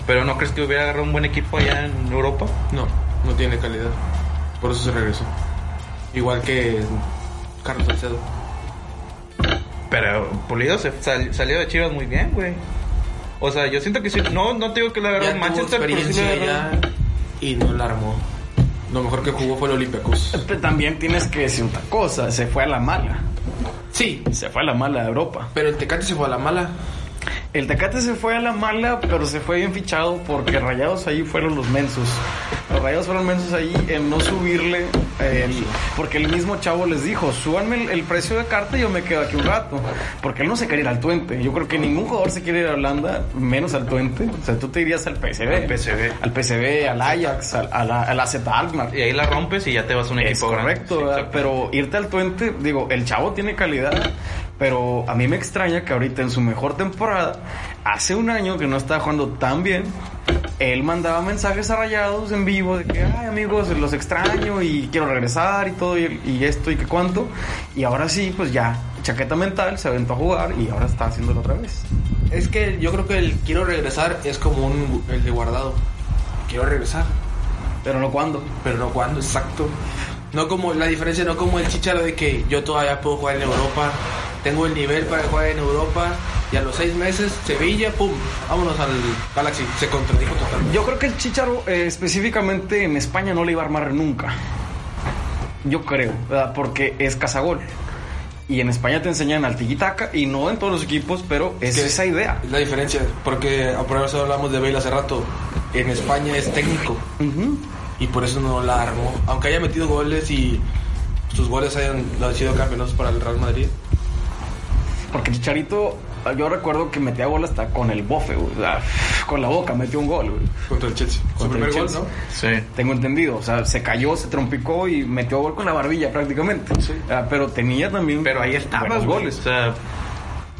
B: Pero no crees que hubiera agarrado un buen equipo allá en Europa?
C: No, no tiene calidad. Por eso se regresó. Igual que Carlos Salcedo.
B: Pero Pulido se sal- salió de Chivas muy bien, güey. O sea, yo siento que sí. No, no te digo que le agarró
C: Ya
B: en
C: tuvo
B: Manchester, pero sí le
C: experiencia
B: agarró-
C: ya y no la armó. Lo mejor que jugó fue el Olympiacos.
A: Pero Este, También tienes que decir otra cosa. Se fue a la mala.
C: Sí,
A: Se fue a la mala de Europa.
C: pero el Tecate se fue a la mala.
A: El Tecate se fue a la mala, pero se fue bien fichado porque Rayados ahí fueron los mensos. Los Rayados fueron mensos ahí en no subirle, eh, porque el mismo chavo les dijo, súbanme el, el precio de carta y yo me quedo aquí un rato. Porque él no se quiere ir al Twente. Yo creo que ningún jugador se quiere ir a Holanda, menos al Twente. O sea, tú te irías al PSV.
B: Al PSV.
A: Al PSV, al Ajax, al, al, al AZ Alkmaar.
B: Y ahí la rompes y ya te vas a un
A: Es
B: equipo
A: correcto,
B: grande.
A: ¿verdad?
B: Sí, exacto.
A: pero irte al Twente, digo, el chavo tiene calidad, pero a mí me extraña que ahorita en su mejor temporada, hace un año que no estaba jugando tan bien, él mandaba mensajes a rayados en vivo de que, ay amigos, los extraño y quiero regresar y todo, y, y esto y que cuánto, y ahora sí, pues ya, chaqueta mental, se aventó a jugar y ahora está haciéndolo otra vez.
C: Es que yo creo que el quiero regresar es como un, el de guardado. Quiero regresar,
A: Pero no cuándo.
C: pero no cuándo, exacto. No como la diferencia, no como el chicharo de que yo todavía puedo jugar en Europa, tengo el nivel para jugar en Europa y a los seis meses Sevilla, pum, vámonos al Galaxy. Se contradijo totalmente.
A: Yo creo que el Chicharo eh, específicamente en España no le iba a armar nunca. Yo creo, ¿verdad? porque es cazagol. Y en España te enseñan al tiquitaca y no en todos los equipos, pero es
C: que-
A: esa idea.
C: Es la diferencia, porque a por eso hablamos de Bale hace rato. En España es técnico
A: Ujú.
C: y por eso no la armó. Aunque haya metido goles y sus goles hayan sido campeonatos para el Real Madrid.
A: Porque Chicharito yo recuerdo que metía gol hasta con el bofe, güey. O sea, con la boca metió un gol, güey.
C: Contra el Chelsea. Su
A: Contra
C: primer
A: el
C: gol,
A: Chelsea.
C: ¿no?
B: Sí.
A: Tengo entendido, o sea, se cayó, se trompicó y metió gol con la barbilla prácticamente.
C: Sí.
A: Ah, pero tenía también
B: Pero ahí
A: buenos
B: estabas, güey.
A: goles.
B: O sea,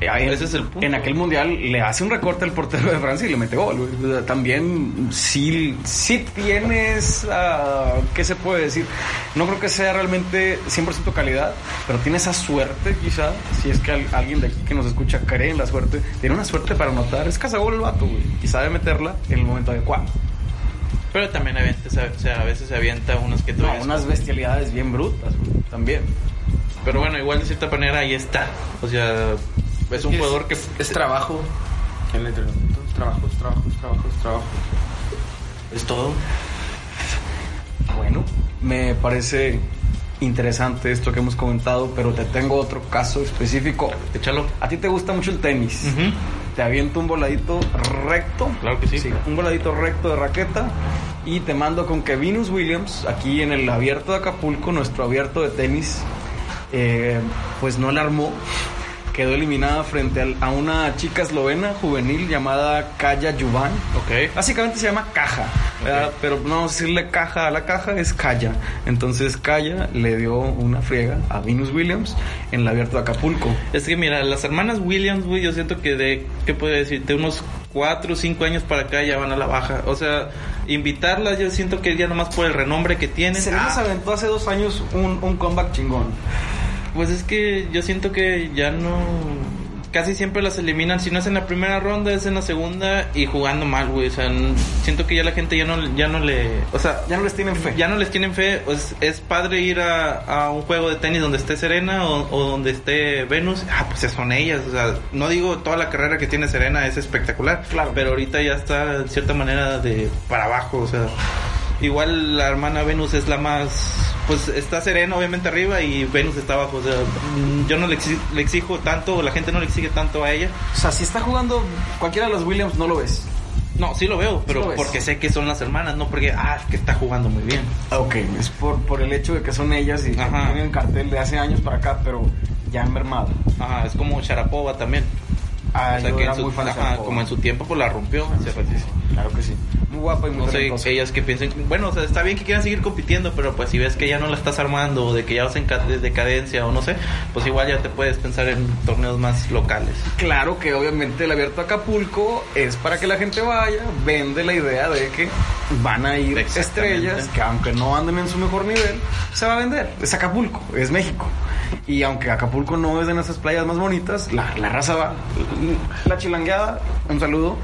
A: Eh, ahí-
B: Ese es el punto.
A: En aquel mundial le hace un recorte al portero de Francia y le mete gol. güey. O sea, también sí, sí tienes, ah, ¿qué se puede decir? No creo que sea realmente 100% calidad, pero tiene esa suerte quizá, si es que al- alguien de aquí que nos escucha cree en la suerte, tiene una suerte para anotar, es cazagol el vato, güey, y sabe meterla en el momento adecuado.
B: pero también a veces, o sea, a veces se avienta unos que tú
A: No,
B: dices,
A: unas bestialidades bien brutas, güey, también.
B: Pero bueno, igual de cierta manera ahí está. O sea, es un
C: que
B: jugador que
C: Es trabajo. En el entrenamiento. Es trabajo, es trabajo, es trabajo, es trabajo. Es todo.
A: Bueno, me parece interesante esto que hemos comentado, pero te tengo otro caso específico.
B: Échalo.
A: A ti te gusta mucho el tenis.
B: Ujú.
A: Te aviento un voladito recto.
B: Claro que sí.
A: Un voladito recto de raqueta. Y te mando con que Venus Williams, aquí en el abierto de Acapulco, nuestro abierto de tenis, eh, pues no la armó. Quedó eliminada frente al- a una chica eslovena juvenil llamada Kaya Juvan.
B: Ok.
A: Básicamente se llama caja, ¿verdad? pero no vamos a decirle caja a la caja, es calla. Entonces calla le dio una friega a Venus Williams en el abierto de Acapulco.
B: Es que mira, las hermanas Williams, güey, yo siento que de, ¿qué puedo decir? De unos 4 o 5 años para acá ya van a la baja. O sea, invitarlas yo siento que ya nomás por el renombre que tienen.
A: Se
B: Ah,
A: nos aventó hace dos años un, un comeback chingón.
B: Pues es que yo siento que ya no... Casi siempre las eliminan, si no es en la primera ronda, es en la segunda y jugando mal, güey. O sea, n- siento que ya la gente ya no, ya no le... O sea,
A: Ya no les tienen fe.
B: ya no les tienen fe. o Es, es padre ir a, a un juego de tenis donde esté Serena o, o donde esté Venus. Ah, pues son ellas. O sea, no digo toda la carrera que tiene Serena es espectacular.
A: Claro.
B: Pero ahorita ya está en cierta manera de para abajo. O sea, igual la hermana Venus es la más. Pues está Serena obviamente arriba y Venus está abajo. O sea, mm, yo no le exi- le exijo tanto o la gente no le exige tanto a ella.
A: O sea, si está jugando cualquiera de los Williams, no lo ves.
B: No, sí lo veo, pero
A: lo ves.
B: porque sé que son las hermanas, no porque, ah, es que está jugando muy bien.
A: Ok, es por, por el hecho de que son ellas y que
B: Ah, Ajá.
A: tienen cartel de hace años para acá, pero ya han mermado.
B: Ajá, es como Sharapova también.
A: Ah,
B: o sea,
A: yo
B: que
A: era
B: en su,
A: muy fan de
B: ajá,
A: Sharapova.
B: como en su tiempo pues la rompió hace ratísimo.
A: Claro que sí. Muy guapa y muy
B: No sé,
A: talentosa.
B: ellas que piensen, bueno, o sea, está bien que quieran seguir compitiendo, pero pues si ves que ya no la estás armando o de que ya vas en ca- de decadencia o no sé, pues igual ya te puedes pensar en torneos más locales.
A: Claro que obviamente el abierto Acapulco es para que la gente vaya, vende la idea de que van a ir
B: Exactamente.
A: estrellas que aunque no anden en su mejor nivel, se va a vender. Es Acapulco, es México. Y aunque Acapulco no es de nuestras playas más bonitas, la, la raza va. La chilangueada, un saludo,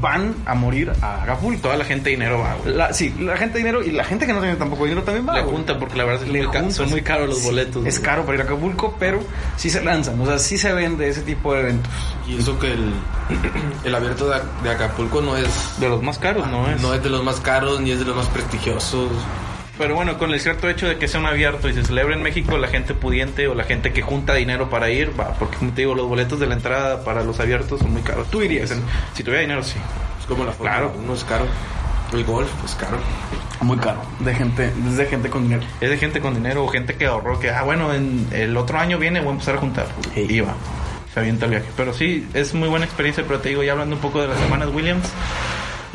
A: van a morir a Acapulco.
B: Toda la gente de dinero va, güey.
A: La, sí, la gente de dinero y la gente que no tiene tampoco dinero también va.
B: Le
A: güey.
B: junta porque la verdad es que
A: Le
B: muy ca-
A: juntas.
B: son muy caros los
A: Sí,
B: boletos.
A: Es
B: güey.
A: caro para ir a Acapulco, pero sí se lanzan, o sea, sí se vende ese tipo de eventos.
C: Y eso que el, el abierto de, de Acapulco no es,
B: De los más caros, ¿no es?
C: no es de los más caros ni es de los más prestigiosos.
B: Pero bueno, con el cierto hecho de que sea un abierto y se celebre en México, la gente pudiente o la gente que junta dinero para ir, va, porque como te digo, los boletos de la entrada para los abiertos son muy caros.
A: ¿Tú irías?
B: Si tuviera dinero, sí.
C: Es como la Fórmula
B: Claro.
C: Uno es caro. El golf es caro.
A: Muy caro. De gente, es de gente con dinero.
B: Es de gente con dinero o gente que ahorró, que, ah, bueno, en el otro año viene, voy a empezar a juntar.
A: Sí.
B: Y va. Se avienta el viaje. Pero sí, es muy buena experiencia, pero te digo, ya hablando un poco de las hermanas Williams,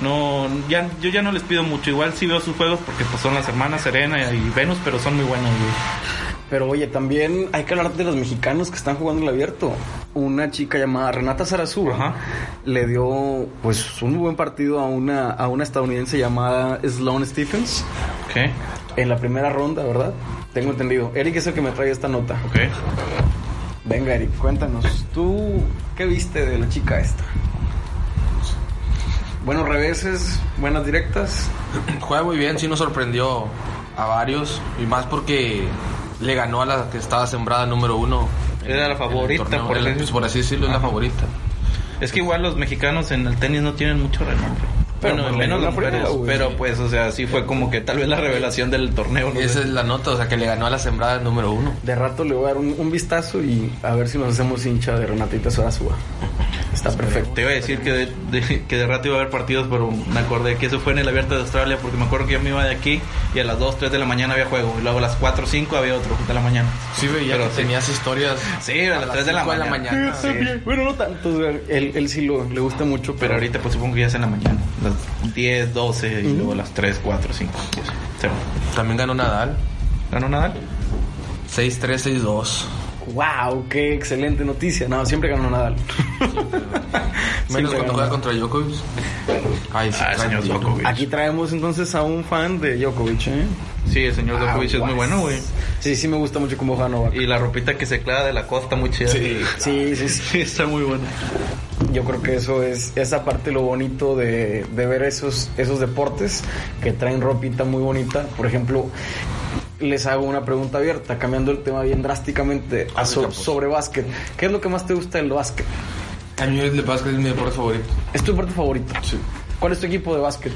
B: no, ya, yo ya no les pido mucho. Igual sí veo sus juegos porque pues, son las hermanas Serena y Venus, pero son muy buenas, güey.
A: Pero oye, también hay que hablar de los mexicanos que están jugando el abierto. Una chica llamada Renata Sarazúa
B: Ajá.
A: le dio pues un muy buen partido a una, a una estadounidense llamada Sloane Stephens
B: Ok,
A: en la primera ronda, ¿verdad? Tengo entendido. Eric es el que me trae esta nota.
B: ok.
A: Venga, Eric, cuéntanos. ¿Tú qué viste de la chica esta? Buenos reveses, buenas directas.
C: Juega muy bien, sí nos sorprendió a varios. Y más porque le ganó a la que estaba sembrada número uno.
B: Era la
C: En el
B: favorita,
C: torneo,
B: por
C: era-
B: así-
C: por así decirlo, es la
B: Ajá.
C: favorita.
B: Es que igual los mexicanos en el tenis no tienen mucho renombre.
A: Pero
B: bueno,
A: pues,
B: menos
A: la
B: las mujeres,
A: primera, güey.
B: pero pues, o sea, sí fue como que tal vez la revelación del torneo. ¿no?
C: Esa es la nota, o sea, que le ganó a la sembrada número uno.
A: De rato le voy a dar un, un vistazo y a ver si nos hacemos hincha de Renatita Sarazúa.
B: Está perfecto. Te iba a decir que de, de- que de rato iba a haber partidos, pero me acordé que eso fue en el abierto de Australia, porque me acuerdo que yo me iba de aquí y a las 2, 3 de la mañana había juego, y luego a las 4, 5 había otro de la mañana.
C: Sí, veía
B: Pero
C: que
B: sí.
C: tenías historias.
B: Sí, a las 3 de la
C: cinco
B: mañana.
A: Sí, Bueno, no tanto. o sea, él, él sí lo, le gusta mucho,
B: Pero ahorita pues supongo que ya es en la mañana, las 10, 12 y luego las 3, 4, 5. Pues, se va.
C: También ganó Nadal.
B: ¿Ganó Nadal?
C: 6-3, 6-2.
A: ¡Wow! ¡Qué excelente noticia! No, siempre ganó Nadal.
C: Menos
A: Siempre ganó
C: cuando juega
A: Nadal.
C: contra Djokovic. Ay, sí,
B: Ah, el señor
C: tranquilo.
B: Djokovic.
A: Aquí traemos entonces a un fan de Djokovic, ¿eh?
B: Sí, el señor Djokovic es
A: Aguas.
B: muy bueno, güey.
A: Sí, sí me gusta mucho cómo juega Novak.
B: Y la ropita que se clava de la costa muy chida.
C: Sí.
A: Sí, sí, sí.
B: Sí, está muy buena.
A: Yo creo que eso es esa parte lo bonito de, de ver esos, esos deportes que traen ropita muy bonita. Por ejemplo, les hago una pregunta abierta, cambiando el tema bien drásticamente a so- sobre básquet. ¿Qué es lo que más te gusta del básquet?
C: A mí el de básquet es mi deporte favorito.
A: ¿Es tu deporte favorito?
C: Sí.
A: ¿Cuál es tu equipo de básquet?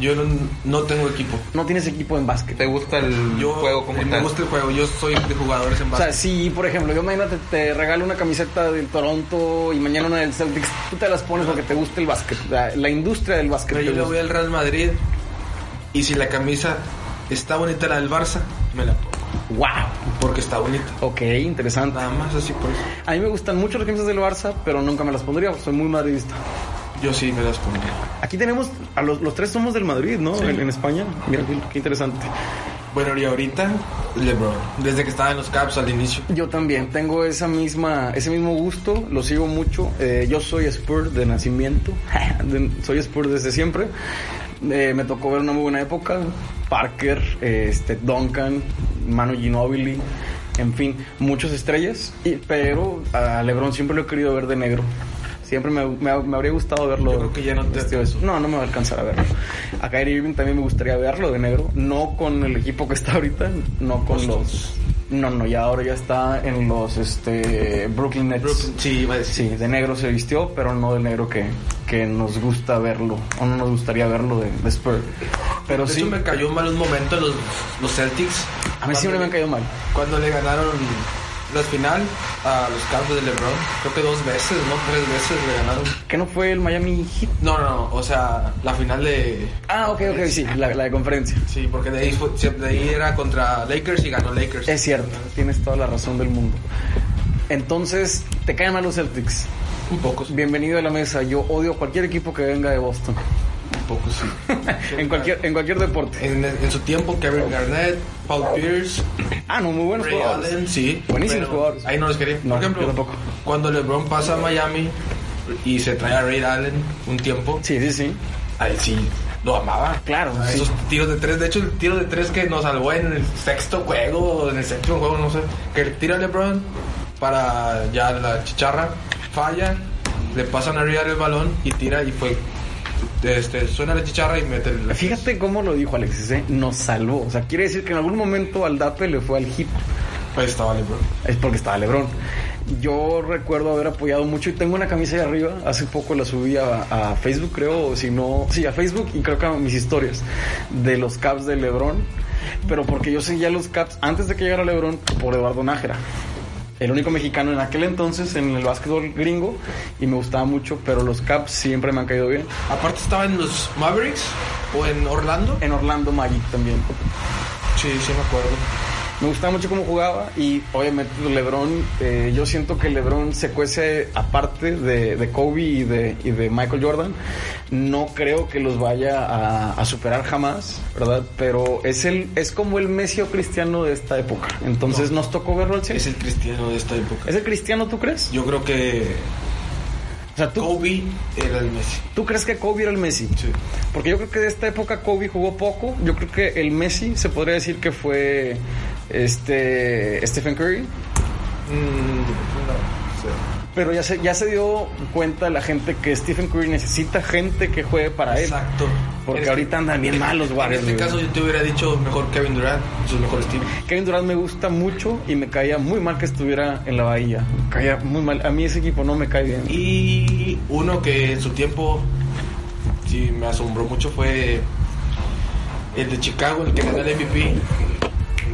C: Yo no, no tengo equipo.
A: No tienes equipo en básquet.
B: ¿Te gusta el
C: Yo
B: juego como
C: eh,
B: tal?
C: me gusta el juego. Yo soy de jugadores en
A: O sea,
C: básquet.
A: si por ejemplo, yo mañana te, te regalo una camiseta del Toronto y mañana una del Celtics, tú te las pones porque te gusta el básquet. O sea, la industria del básquet.
C: Pero
A: te
C: yo le
A: gusta.
C: voy al Real Madrid y si la camisa está bonita la del Barça, me la pongo.
A: ¡Wow!
C: Porque está bonita.
A: Ok, interesante.
C: Nada más así por eso.
A: A mí me gustan mucho las camisas del Barça, pero nunca me las pondría, porque soy muy madridista.
C: Yo sí me las pongo.
A: Aquí tenemos, a los, los tres somos del Madrid, ¿no? En, en España. Mira, qué, qué interesante.
C: Bueno, y ahorita, LeBron. Desde que estaba en los Caps al inicio.
A: Yo también tengo esa misma, ese mismo gusto, lo sigo mucho. Eh, yo soy Spurs de nacimiento, de- soy Spurs desde siempre. Eh, me tocó ver una muy buena época. Parker, eh, este, Duncan, Manu Ginobili, en fin, muchas estrellas. Y, pero a LeBron siempre lo he querido ver de negro. Siempre me, me- me habría gustado verlo.
C: Yo creo que ya no te-
A: vestido de azul. No, no me va a alcanzar a verlo. A Kyrie Irving también me gustaría verlo de negro. No con el equipo que está ahorita, no con
C: Boston.
A: los. No, no, ya ahora ya está en los este, Brooklyn Nets.
C: Brooklyn, sí, iba a decir.
A: Sí, de negro se vistió, pero no del negro que, que nos gusta verlo, o no nos gustaría verlo de, de Spurs. Pero
C: De
A: sí,
C: hecho, me cayó mal un momento los, los Celtics.
A: a mí siempre me han caído mal.
C: Cuando le ganaron la final a los Caps de LeBron. Creo que dos veces, ¿no? Tres veces le ganaron.
A: ¿Que no fue el Miami Heat?
C: No, no, no. O sea, la final de...
A: Ah, ok, ok, sí, la, la de conferencia.
C: Sí, porque de ahí, fue- de ahí era contra Lakers y ganó Lakers.
A: Es cierto, tienes toda la razón del mundo. Entonces, te caen mal los Celtics.
C: Un poco, sí.
A: Bienvenido a la mesa. Yo odio a cualquier equipo que venga de Boston.
C: Un poco, sí.
A: en, cualquier, en cualquier deporte.
C: En, en su tiempo, Kevin Garnett, Paul Pierce,
A: Ah, no, muy buenos
C: Ray
A: jugadores.
C: Allen, sí.
A: Buenísimos
C: pero
A: jugadores.
C: Ahí no los quería.
A: No,
C: Por ejemplo,
A: yo tampoco.
C: cuando LeBron pasa a Miami y se trae a Ray Allen un tiempo,
A: Sí, sí, sí.
C: a él sí lo amaba.
A: Claro,
C: A
A: sí.
C: Esos tiros de tres, de hecho, el tiro de tres que nos salvó en el sexto juego, en el séptimo juego, no sé, que le tira LeBron para ya la chicharra, falla, le pasan a Ray Allen el balón y tira y fue. Este, suena la chicharra y mete el.
A: Fíjate cómo lo dijo Alexis, ¿eh? nos salvó. O sea, quiere decir que en algún momento al Dape le fue al hit.
C: pues, Ahí estaba LeBron.
A: Es porque estaba Lebron. Yo recuerdo haber apoyado mucho y tengo una camisa de arriba. Hace poco la subí a, a Facebook, creo, o si no, sí, a Facebook y creo que a mis historias de los Caps de Lebron. Pero porque yo seguía los Caps antes de que llegara Lebron por Eduardo Nájera. El único mexicano en aquel entonces en el básquetbol gringo y me gustaba mucho, pero los Caps siempre me han caído bien.
C: Aparte estaba en los Mavericks o en Orlando.
A: En Orlando Magic también.
C: Sí, sí me acuerdo.
A: Me gustaba mucho cómo jugaba y obviamente LeBron, eh, yo siento que LeBron se cuece aparte de, de Kobe y de, y de Michael Jordan. No creo que los vaya a, a superar jamás, ¿verdad? Pero es el es como el Messi o Cristiano de esta época. Entonces nos tocó verlo al 100.
C: Es el cristiano de esta época.
A: ¿Es el Cristiano, tú crees?
C: Yo creo que
A: O sea, ¿tú,
C: Kobe era el Messi.
A: ¿tú crees que Kobe era el Messi?
C: Sí.
A: Porque yo creo que de esta época Kobe jugó poco. Yo creo que el Messi se podría decir que fue este Stephen Curry.
C: Mm, no sé.
A: Pero ya se, ya se dio cuenta la gente que Stephen Curry necesita gente que juegue para él.
C: Exacto.
A: Porque
C: Eres-
A: ahorita andan bien mal los Warriors.
C: En este
A: güey.
C: caso yo te hubiera dicho mejor Kevin Durant, sus mejores tiempos.
A: Kevin Durant me gusta mucho y me caía muy mal que estuviera en la bahía. Me Caía muy mal. A mí ese equipo no me cae bien.
C: Y uno que en su tiempo sí me asombró mucho fue el de Chicago, el que ganó el MVP.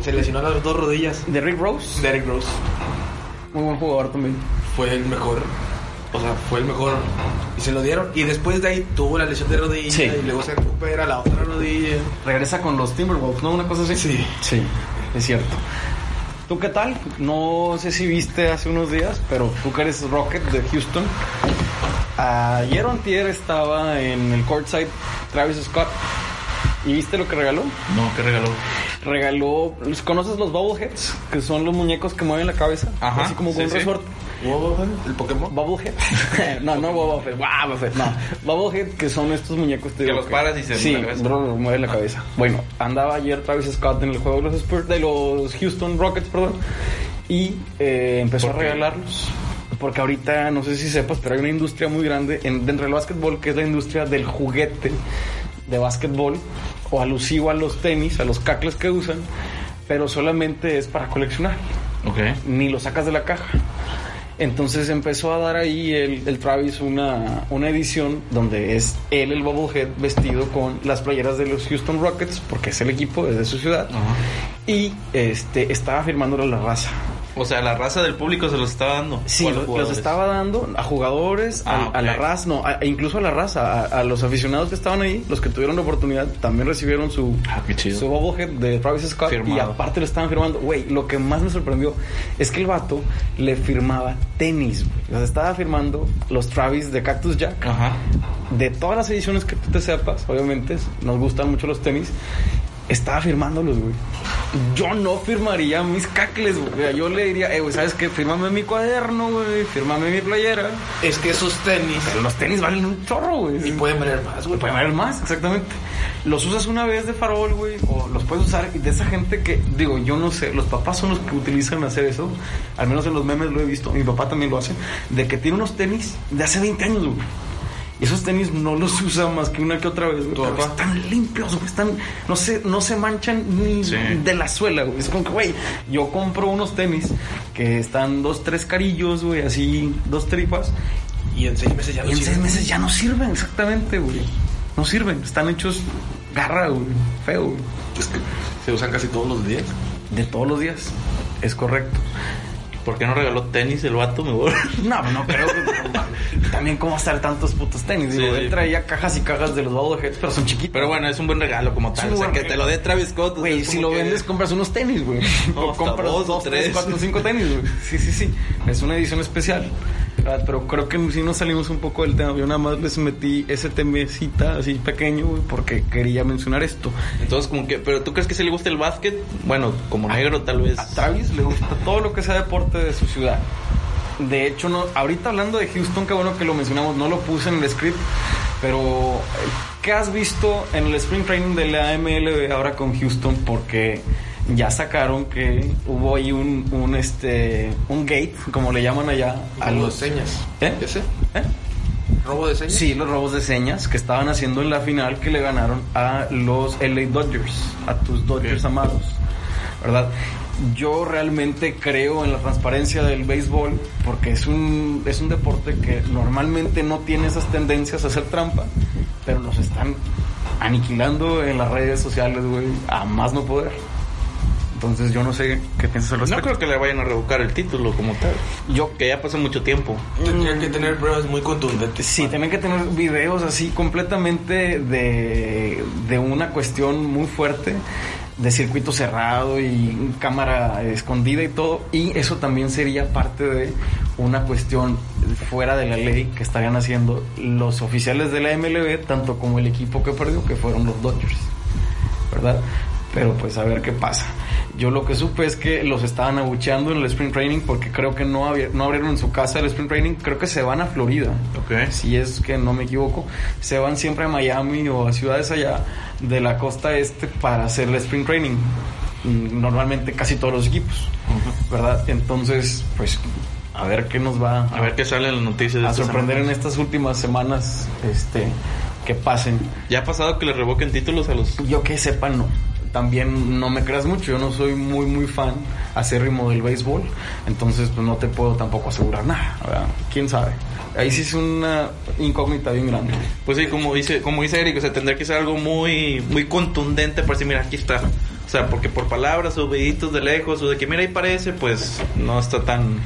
C: Se lesionó las dos rodillas.
A: De Rick Rose,
C: Derrick Rose
A: muy buen jugador también.
C: fue el mejor O sea, fue el mejor. Y se lo dieron. Y después de ahí tuvo la lesión de rodilla.
A: Sí.
C: Y luego se recupera la otra rodilla.
A: Regresa con los Timberwolves, ¿no? Una cosa así.
C: Sí.
A: Sí, es cierto. ¿Tú qué tal? No sé si viste hace unos días, pero tú que eres Rocket de Houston. Ayer o antier estaba en el courtside Travis Scott. ¿Y viste lo que regaló?
B: No, qué regalo.
A: Regaló... ¿Conoces los Bubbleheads? Que son los muñecos que mueven la cabeza.
B: Ajá,
A: Así como con
B: sí,
A: un
B: sí.
A: resorte.
C: ¿El Pokémon?
A: Bubblehead. no, no Bubblehead. Bubblehead. No. Bubblehead, que son estos muñecos te
B: Que
A: digo
B: los paras y se Ah.
A: sí,
B: mueve la cabeza.
A: bro, mueve la cabeza. Bueno, andaba ayer Travis Scott en el juego de los Spurs, de los Houston Rockets, perdón, y eh, empezó a
B: ¿Por qué?
A: regalarlos. Porque ahorita, no sé si sepas, pero hay una industria muy grande en- dentro del básquetbol que es la industria del juguete de básquetbol o alusivo a los tenis, a los cacles que usan, pero solamente es para coleccionar
B: Ok.
A: ni lo sacas de la caja. Entonces empezó a dar ahí el, el Travis una, una edición donde es él el Bubblehead vestido con las playeras de los Houston Rockets, porque es el equipo desde su ciudad,
B: Ajá.
A: y este estaba firmándolo a la raza.
B: O sea, la raza del público se los estaba dando.
A: Sí,
B: ¿O a
A: lo- los
B: jugadores?
A: estaba dando a jugadores, a,
B: Ah,
A: a la
B: ok.
A: raza, no, a- e incluso a la raza, a, a los aficionados que estaban ahí, los que tuvieron la oportunidad, también recibieron su,
B: Ah, qué chido.
A: su bobblehead de Travis Scott y
B: Firmado.
A: aparte lo estaban firmando. Güey, lo que más me sorprendió es que el vato le firmaba tenis, güey. O sea, estaba firmando los Travis de Cactus Jack.
B: Ajá.
A: De todas las ediciones que tú te sepas, obviamente, nos gustan mucho los tenis. Estaba firmándolos, güey. Yo no firmaría mis cacles, güey. O sea, Yo le diría, eh, güey, ¿sabes qué? Fírmame mi cuaderno, güey. Fírmame mi playera.
C: Es que esos tenis.
A: Pero los tenis valen un chorro, güey.
C: Y pueden valer más, güey.
A: Puede haber más, exactamente. Los usas una vez de farol, güey, o los puedes usar y de esa gente que, digo, yo no sé, los papás son los que utilizan hacer eso, al menos en los memes lo he visto, mi papá también lo hace, de que tiene unos tenis de hace 20 años, güey. Y esos tenis no los usa más que una que otra vez, güey.
C: ¿Tu
A: pero
C: papá?
A: Están limpios, güey, están, no se, no se manchan ni
B: Sí.
A: de la suela, güey. Es como que, güey, yo compro unos tenis que están dos, tres carillos, güey, así, dos tripas,
C: Y en seis meses ya
A: y
C: no
A: en
C: sirven.
A: seis meses ya no sirven, exactamente, güey. No sirven, están hechos garra, güey. Feo, güey.
C: Se usan casi todos los días.
A: De todos los días. Es correcto.
B: ¿Por qué no regaló tenis el vato mejor?
A: No, no creo que. También, ¿cómo hacer tantos putos tenis?
B: Sí,
A: Digo,
B: sí.
A: él traía cajas y cajas de los Bubbleheads, pero son chiquitos.
B: Pero bueno, es un buen regalo
A: Es
B: como tal.
A: un
B: O sea,
A: buen
B: que te lo dé Travis Scott. o sea,
A: Güey,
B: es
A: si
B: como
A: lo
B: que-
A: vendes, compras unos tenis, güey.
B: No,
A: o
B: hasta
A: compras
B: dos
A: dos,
B: o
A: tres,
B: tres.
A: cuatro, cinco tenis, güey. Sí, sí, sí. Es una edición especial. ¿verdad? Pero creo que sí nos salimos un poco del tema. Yo nada más les metí ese temecita así pequeño, güey, porque quería mencionar esto.
B: Entonces, como que. Pero tú crees que si le gusta el básquet? Bueno, como negro, tal vez.
A: Ah, A Travis le gusta todo lo que sea deporte de su ciudad. De hecho, no, ahorita hablando de Houston, qué bueno que lo mencionamos, no lo puse en el script, pero eh, ¿qué has visto en el Spring Training de la MLB ahora con Houston? Porque ya sacaron que hubo ahí un, un, este, un gate, como le llaman allá, a
C: Robo de
A: los...
C: señas.
A: ¿Eh?
C: ¿Ese?
A: ¿Eh?
C: ¿Robo de señas?
A: Sí, los robos de señas que estaban haciendo en la final que le ganaron a los LA Dodgers, a tus Dodgers
B: Ok.
A: amados, ¿verdad? Yo realmente creo en la transparencia del béisbol porque es un, es un deporte que normalmente no tiene esas tendencias a hacer trampa, pero los están aniquilando en las redes sociales, güey, a más no poder. Entonces yo no sé qué piensas al
B: No
A: respecto.
B: creo que le vayan a revocar el título como tal.
A: Yo
B: Que ya pasó mucho tiempo.
C: Tendrían que tener pruebas muy contundentes.
A: Sí, tienen que tener videos así completamente de, de una cuestión muy fuerte, de circuito cerrado y cámara escondida y todo. Y eso también sería parte de una cuestión fuera de la ley que estarían haciendo los oficiales de la MLB, tanto como el equipo que perdió, que fueron los Dodgers. ¿Verdad? Pero pues a ver qué pasa. Yo lo que supe es que los estaban abucheando en el Spring Training porque creo que no, abier- no abrieron en su casa el Spring Training. Creo que se van a Florida
B: Ok.
A: si es que no me equivoco, se van siempre a Miami o a ciudades allá de la costa este para hacer el spring training. Mm, Normalmente casi todos los equipos, ¿verdad? Entonces, pues a ver qué nos va
B: A ver qué sale en las noticias. de
A: a
B: esta
A: sorprender en
B: semana.
A: estas últimas semanas este, que pasen.
B: Ya ha pasado que le revoquen títulos a los.
A: Yo que sepa, no. También no me creas mucho, yo no soy muy, muy fan acérrimo del béisbol, entonces pues no te puedo tampoco asegurar nada, ¿verdad? ¿Quién sabe? Ahí sí es una incógnita bien grande.
B: Pues sí, como dice, como dice Eric, o sea, tendría que ser algo muy, muy contundente para decir, mira, aquí está. O sea, porque por palabras o videitos de lejos o de que, mira, ahí parece, pues no está tan.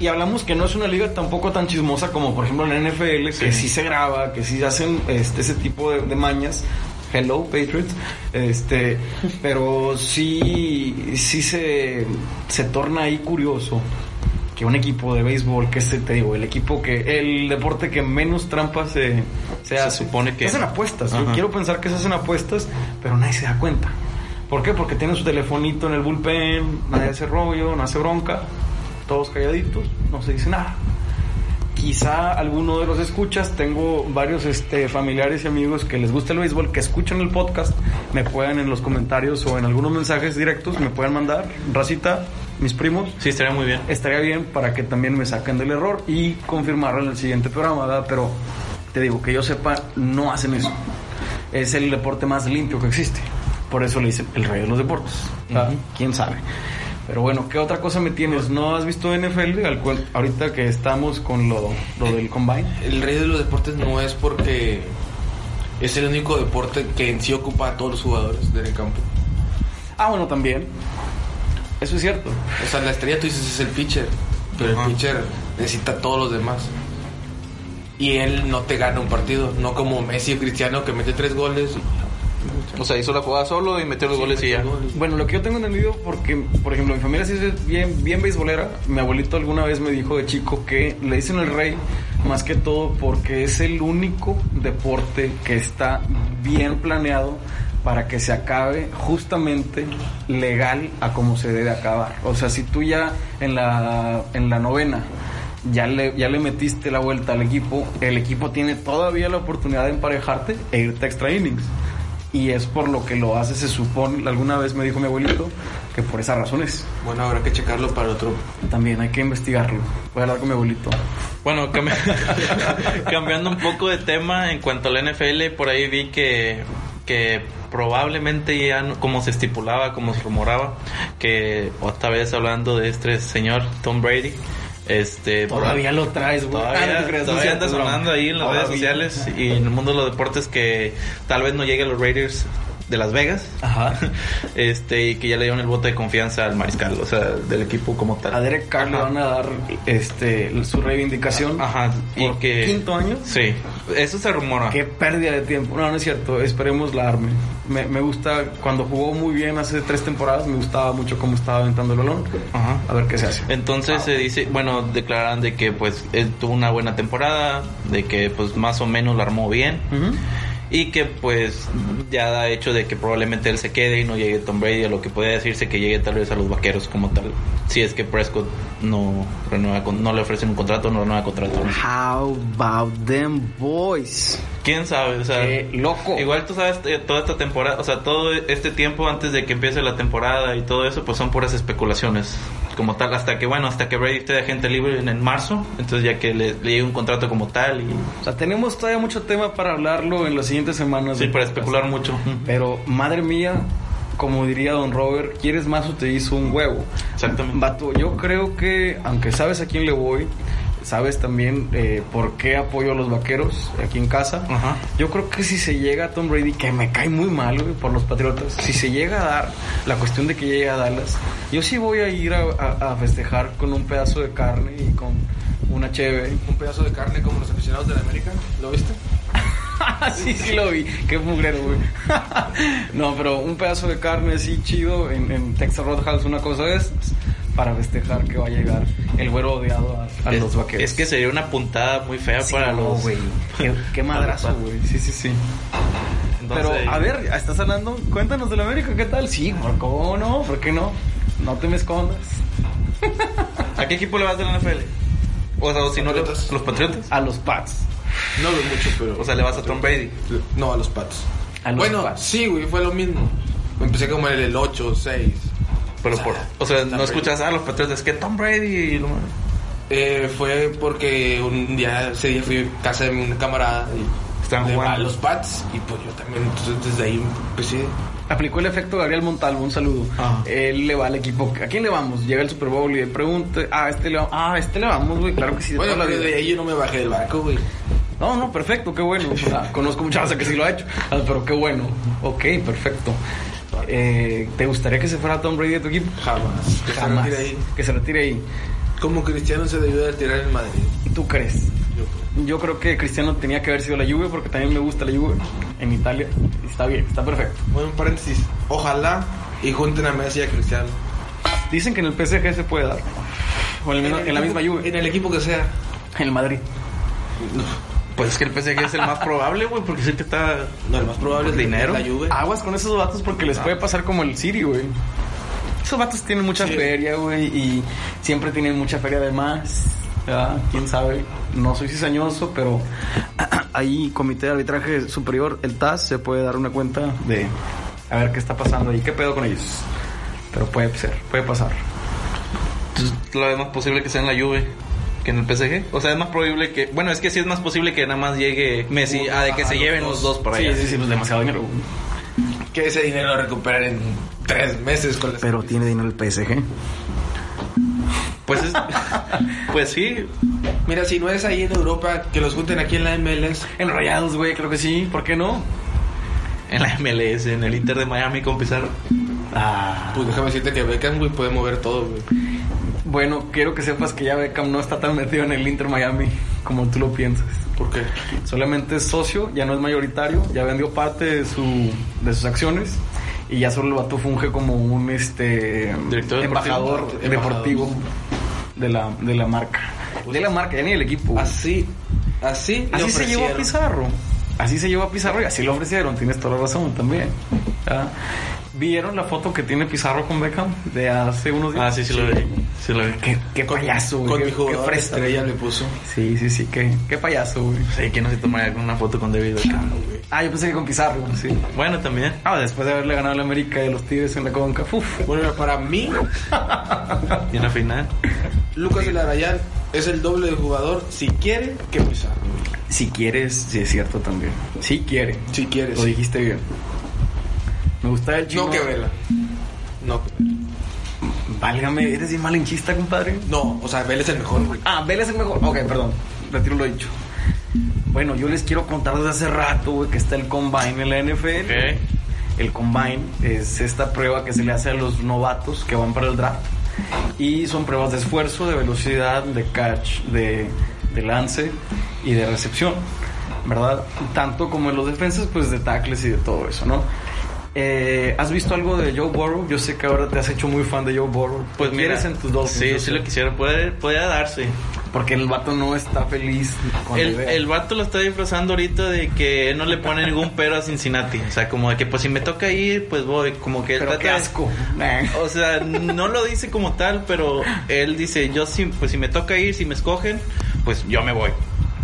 A: Y hablamos que no es una liga tampoco tan chismosa como, por ejemplo, la NFL, que sí,
B: Sí.
A: se graba, que sí hacen este, ese tipo de, de mañas. Hello, Patriots. Este, pero sí, sí se, se torna ahí curioso que un equipo de béisbol, que este te digo, el equipo que, el deporte que menos trampas se, se,
B: Se
A: hace.
B: supone que-
A: Se hacen apuestas. Yo
B: Ajá.
A: quiero pensar que se hacen apuestas, pero nadie se da cuenta. ¿Por qué? Porque tienen su telefonito en el bullpen, nadie hace rollo, no hace bronca, todos calladitos, no se dice nada. Quizá alguno de los escuchas, tengo varios este, familiares y amigos que les gusta el béisbol, que escuchan el podcast, me pueden en los comentarios o en algunos mensajes directos, me pueden mandar, racita, mis primos,
B: Sí, estaría muy bien.
A: estaría bien para que también me saquen del error y confirmarlo en el siguiente programa, ¿verdad? Pero te digo, que yo sepa, no hacen eso. Es el deporte más limpio que existe. Por eso le dicen el rey de los deportes. ¿verdad?
B: Ujú.
A: ¿Quién sabe? Pero bueno, ¿qué otra cosa me tienes? ¿No has visto NFL? Al cual- ahorita que estamos con lo, lo del combine.
C: El rey de los deportes no es porque es el único deporte que en sí ocupa a todos los jugadores del campo.
A: Ah, bueno, también. Eso es cierto.
C: O sea, la estrella tú dices es el pitcher, pero
B: Ajá.
C: el pitcher necesita a todos los demás. Y él no te gana un partido, no como Messi o Cristiano que mete tres goles.
B: O sea, hizo la jugada solo y metió los goles y ya.
A: Pues, Bueno, lo que yo tengo entendido, porque, por ejemplo, mi familia sí es bien, bien beisbolera. Mi abuelito alguna vez me dijo de chico que le dicen el rey, más que todo porque es el único deporte que está bien planeado para que se acabe justamente legal a como se debe acabar. O sea, si tú ya en la, en la novena ya le, ya le metiste la vuelta al equipo, el equipo tiene todavía la oportunidad de emparejarte e irte a extra innings. Y es por lo que lo hace, se supone, alguna vez me dijo mi abuelito, que por esas razones
C: Bueno, habrá que checarlo para otro.
A: también hay que investigarlo. Voy a hablar con mi abuelito.
B: Bueno, cambi- cambiando un poco de tema en cuanto al NFL, por ahí vi que, que probablemente ya, no- como se estipulaba, como se rumoraba, que otra vez hablando de este señor Tom Brady, este por-
A: Todavía lo traes, güey. Ah, no
B: Todavía,
A: te creas, no
B: todavía
A: es cierto,
B: anda
A: broma.
B: sonando ahí en las
A: Todavía.
B: redes sociales y en el mundo de los deportes que tal vez no llegue a los Raiders de Las Vegas
A: Ajá.
B: este y que ya le dieron el voto de confianza al mariscal, o sea, del equipo como tal.
A: A Derek Carr le
B: Ajá.
A: van a dar este, su reivindicación.
B: Ajá, y
A: por
B: que...
A: quinto año.
B: Sí, eso se rumora.
A: Qué pérdida de tiempo. No, no es cierto. Esperemos la arme. Me, me gusta, cuando jugó muy bien hace tres temporadas, me gustaba mucho cómo estaba aventando el balón.
B: Ajá.
A: A ver qué se hace.
B: Entonces se dice, bueno, declaran de que pues él tuvo una buena temporada, de que pues más o menos la armó bien
A: Ujú.
B: y que pues ya da hecho de que probablemente él se quede y no llegue Tom Brady, a lo que puede decirse que llegue tal vez a los vaqueros como tal, si es que Prescott no renueva con- no le ofrecen un contrato, no renueva contrato.
A: How about them boys?
B: ¿Quién sabe? O sea,
A: Qué loco.
B: Igual tú sabes, eh, toda esta temporada, o sea, todo este tiempo antes de que empiece la temporada y todo eso, pues son puras especulaciones. Como tal, hasta que, bueno, hasta que Brady esté de agente libre en, en marzo, entonces ya que le, le llegue un contrato como tal y...
A: O sea, tenemos todavía mucho tema para hablarlo en las siguientes semanas.
B: Sí, para especular mucho.
A: Pero, madre mía, como diría Don Robert, ¿quieres más o te hizo un huevo?
B: Exactamente.
A: Vato, yo creo que, aunque sabes a quién le voy, sabes también eh, por qué apoyo a los vaqueros aquí en casa.
B: Ajá.
A: Yo creo que si se llega a Tom Brady, que me cae muy mal güey, por los Patriotas, si se llega a dar la cuestión de que llegue a Dallas, yo sí voy a ir a, a- a festejar con un pedazo de carne y con una cheve.
C: Un pedazo de carne como los aficionados de la América, ¿lo viste?
A: Ah, sí, sí lo vi. Qué mugrero, güey. no, pero un pedazo de carne así chido en, en Texas Roadhouse, una cosa de estas, para festejar que va a llegar el güero odiado a, a
B: es,
A: los vaqueros.
B: es que sería una puntada muy fea
A: Sí,
B: para
A: no,
B: los...
A: güey. Qué, qué madrazo, güey. Sí, sí, sí.
B: Entonces-
A: pero, a ver, estás hablando. Cuéntanos del América, ¿qué tal? Sí, ¿por cómo no? ¿Por qué no? No te me escondas.
B: ¿A qué equipo le vas de la NFL? O sea, o si no, le-
C: Patriotas.
B: ¿los Patriotas?
A: A los Pats.
C: No veo mucho, pero.
B: O sea, le vas a Tom Brady.
C: No, a los patos.
A: A los
C: bueno,
A: Pats.
C: sí, güey, fue lo mismo. Empecé como en el 8 o 6.
B: Pero por... O sea,
C: Tom
B: no escuchas a los Patriotas, que Tom Brady... y lo-
C: Eh, fue porque un día, ese día fui a casa de un camarada y
B: Estaban
C: le va
B: jugando.
C: a los Pats y pues yo también, entonces desde ahí empecé.
A: Aplicó el efecto Gabriel Montalvo, un saludo.
B: Ah.
A: Él le va al equipo. ¿A quién le vamos? Llega el Super Bowl y le pregunta, ah, a este le vamos, ah, a este le vamos, güey, claro que sí. de
C: Bueno,
A: toda la
C: pero
A: vida.
C: de ahí yo no me bajé del barco, güey.
A: No, no, perfecto, qué bueno. O sea, conozco mucha raza que sí lo ha hecho, Ah, pero qué bueno. Ok, perfecto. Eh, ¿Te gustaría que se fuera Tom Brady de tu equipo?
C: Jamás. Que se
A: Jamás.
C: retire ahí.
A: Que se retire ahí.
C: Como Cristiano se debió de tirar en Madrid.
A: ¿Tú crees?
C: Yo
A: Yo creo que Cristiano tenía que haber sido la Juve porque también me gusta la Juve en Italia. Está bien, está perfecto.
C: creo. Bueno, un paréntesis. Ojalá y junten a Messi y a Cristiano.
A: Dicen que en el PSG se puede dar. O en, el mismo- en la misma Juve.
C: En el equipo que sea.
A: En el Madrid.
B: Pues es que el PSG es el más probable, güey, porque es el que está.
C: No, el más probable es
B: Pues dinero.
C: La Juve.
A: Aguas con esos vatos porque
B: Ah.
A: les puede pasar como el Siri, güey. Esos vatos tienen mucha
C: Sí.
A: feria, güey, y siempre tienen mucha feria de más. ¿verdad? ¿Quién sabe? No soy cizañoso, pero ahí Comité de Arbitraje Superior, el TAS, se puede dar una cuenta de a ver qué está pasando ahí, qué pedo con ellos. Pero puede ser, puede pasar.
B: Entonces, lo es pues, más posible que sea en la Juve que en el PSG. O sea, es más probable que. Bueno, es que sí es más posible que nada más llegue Messi
C: Uno,
B: a ah, de que
C: ajá,
B: se
C: los
B: lleven
C: dos.
B: los dos para
A: sí,
B: allá.
A: Ah, sí, sí, pues demasiado dinero. güey.
C: Que ese dinero lo recuperan en tres meses con las...
A: Pero tiene dinero el PSG.
B: Pues es- pues sí.
C: Mira, si no es ahí en Europa, que los junten aquí en la MLS.
A: Enrayados, güey, creo que sí. ¿Por qué no?
B: En la MLS, en el Inter de Miami con Pizarro.
A: Ah.
C: Pues déjame decirte que Beckham, güey, puede mover todo, güey.
A: Bueno, quiero que sepas que ya Beckham no está tan metido en el Inter Miami como tú lo piensas.
C: ¿Por qué?
A: Solamente es socio, ya no es mayoritario, ya vendió parte de, su, de sus acciones y ya solo el vato funge como un este
B: Director
A: embajador
C: deportivo.
A: deportivo, de la, de la marca. de la marca, ya ni del equipo. güey.
C: Así, así. le
A: Uh. Así se llevó a
C: ofrecieron.
A: Pizarro. Así se llevó a Pizarro y así lo ofrecieron. Tienes toda la razón también. Ah, ¿Vieron la foto que tiene Pizarro con Beckham de hace unos días?
B: Ah, sí, sí lo vi. Sí lo vi.
A: Qué, qué payaso, güey.
C: Con
A: qué-
C: mi
A: qué
C: jugador
A: fresco.
C: estrella le puso.
A: Sí, sí, sí. Qué, qué payaso, güey.
B: Sí, que no se tomaría con una foto con David Beckham, güey.
A: Ah, yo pensé que con Pizarro, sí.
B: Bueno, también.
A: Ah, después de haberle ganado a la América y a los Tigres en la Conca. Uf.
C: Bueno, para mí,
B: Y en la final.
C: Lucas Villarreal es el doble de jugador, si quiere, que Pizarro. güey.
A: Si quieres, sí es cierto también. Si quiere.
C: Si quiere,
A: Lo
C: sí.
A: dijiste bien. Me gusta el chino.
C: No que Vela. No que Vela.
A: Válgame, eres bien malinchista, compadre.
C: No, o sea, Vela es el mejor, güey.
A: Ah, Vela es el mejor. Ok, perdón. Retiro lo dicho. Bueno, yo les quiero contar desde hace rato, güey, que está el Combine en la NFL.
B: Ok.
A: El Combine es esta prueba que se le hace a los novatos que van para el draft. Y son pruebas de esfuerzo, de velocidad, de catch, de, de lance y de recepción. ¿Verdad? Tanto como en los defensas, pues de tackles y de todo eso, ¿no? Eh, ¿Has visto algo de Joe Burrow? Yo sé que ahora te has hecho muy fan de Joe Burrow.
B: Pues mira.
A: ¿Quieres en tus dos.
B: Sí, sí lo quisiera. Puede, podría darse.
A: Porque el vato no está feliz con la
B: El,
A: idea.
B: el vato lo está disfrazando ahorita de que no le pone ningún pero a Cincinnati. O sea, como de que pues si me toca ir, pues voy. Como que él
A: Pero
B: trata
A: qué
B: de-
A: asco.
B: O sea, no lo dice como tal, pero él dice, yo si, pues si me toca ir, si me escogen, pues yo me voy.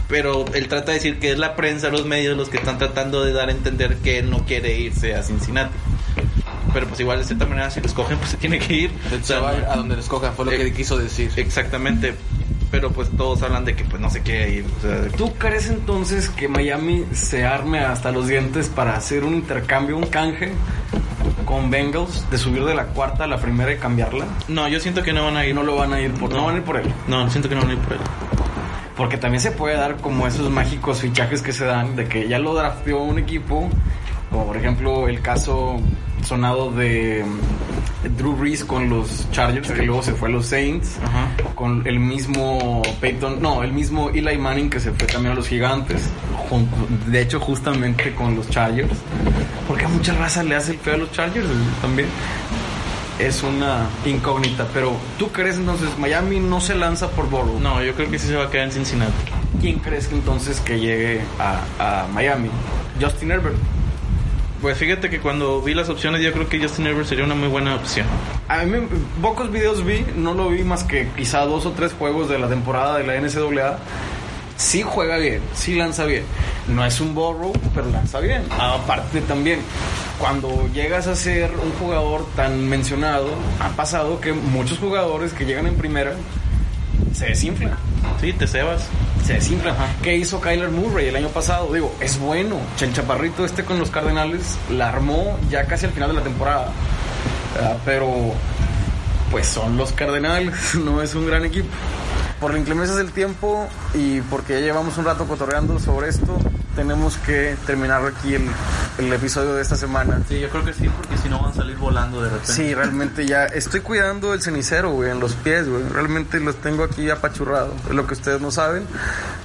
B: Pero él trata de decir que es la prensa, los medios los que están tratando de dar a entender que él no quiere irse a Cincinnati. Pero pues igual de cierta manera si lo escogen, pues se tiene que ir. O sea,
C: Se va a donde les cojan, fue lo que
B: Eh,
C: quiso decir.
B: Exactamente. Pero pues todos hablan de que pues no se quiere ir. O sea,
A: ¿Tú crees entonces que Miami se arme hasta los dientes para hacer un intercambio, un canje con Bengals de subir de la cuarta a la primera y cambiarla?
B: no, yo siento que no van a
A: Y
B: ir.
A: no lo van a ir por, no
B: No.
A: van a ir por él.
B: No, siento que no van a ir por él.
A: Porque también se puede dar como esos mágicos fichajes que se dan de que ya lo drafteó un equipo, como por ejemplo el caso sonado de mm, Drew Brees con los Chargers, que luego se fue a los Saints,
B: Ajá.
A: con el mismo Peyton, no, el mismo Eli Manning que se fue también a los Gigantes, junto- de hecho justamente con los Chargers, porque a mucha raza le hace el feo a los Chargers güey, también. Es una incógnita, pero ¿tú crees entonces Miami no se lanza por Burrow?
B: No, yo creo que sí se va a quedar en Cincinnati.
A: ¿Quién crees que entonces que llegue a, a Miami? Justin Herbert.
B: Pues fíjate que cuando vi las opciones, yo creo que Justin Herbert sería una muy buena opción.
A: A mí me- pocos videos vi, no lo vi más que quizá dos o tres juegos de la temporada de la NCAA. Sí juega bien, sí lanza bien. No es un borro, pero lanza bien. Aparte también, cuando llegas a ser un jugador tan mencionado, ha pasado que muchos jugadores que llegan en primera se desinflan.
B: Sí, te cebas.
A: Se desinfla. ¿Qué hizo Kyler Murray el año pasado? Digo, es bueno. El chaparrito este con los Cardenales la armó ya casi al final de la temporada. Ah, pero, pues son los Cardenales, no es un gran equipo. Por la inclemencia del tiempo y porque ya llevamos un rato cotorreando sobre esto, tenemos que terminar aquí el el episodio de esta semana.
B: Sí, yo creo que sí, porque si no van a salir volando de repente.
A: Sí, realmente ya estoy cuidando el cenicero, güey, en los pies, güey. Realmente los tengo aquí apachurrado. Es lo que ustedes no saben.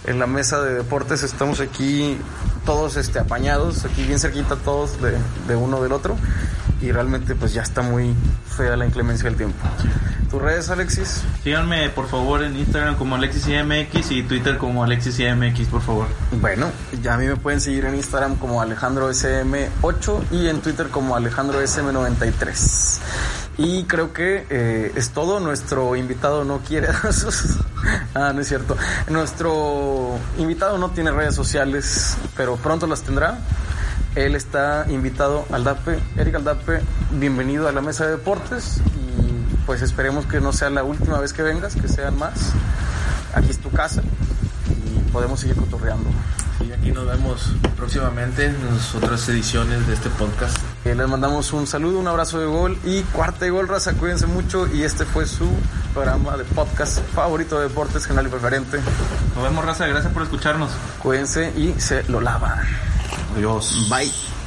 A: En la mesa de deportes estamos aquí todos este, apañados, aquí bien cerquita todos de, de uno del otro. Y realmente pues ya está muy fea la inclemencia del tiempo. ¿Tus redes, Alexis?
B: Síganme, por favor, en Instagram como AlexisIMX y Twitter como AlexisIMX, por favor.
A: Bueno, ya a mí me pueden seguir en Instagram como Alejandro SM8 y en Twitter como Alejandro SM93. Y creo que eh, es todo. Nuestro invitado no quiere dar sus- Ah, no es cierto. Nuestro invitado no tiene redes sociales, pero pronto las tendrá. Él está invitado al DAPE. Eric Aldape, bienvenido a la mesa de deportes y pues esperemos que no sea la última vez que vengas, que sean más. Aquí es tu casa y podemos seguir cotorreando.
C: Y aquí nos vemos próximamente en las otras ediciones de este podcast.
A: Eh, les mandamos un saludo, un abrazo de gol y cuarta de gol, raza. Cuídense mucho. Y este fue su programa de podcast favorito de deportes, general y preferente.
B: Nos vemos, raza. Gracias por escucharnos.
A: Cuídense y se lo lavan.
C: Adiós.
A: Bye.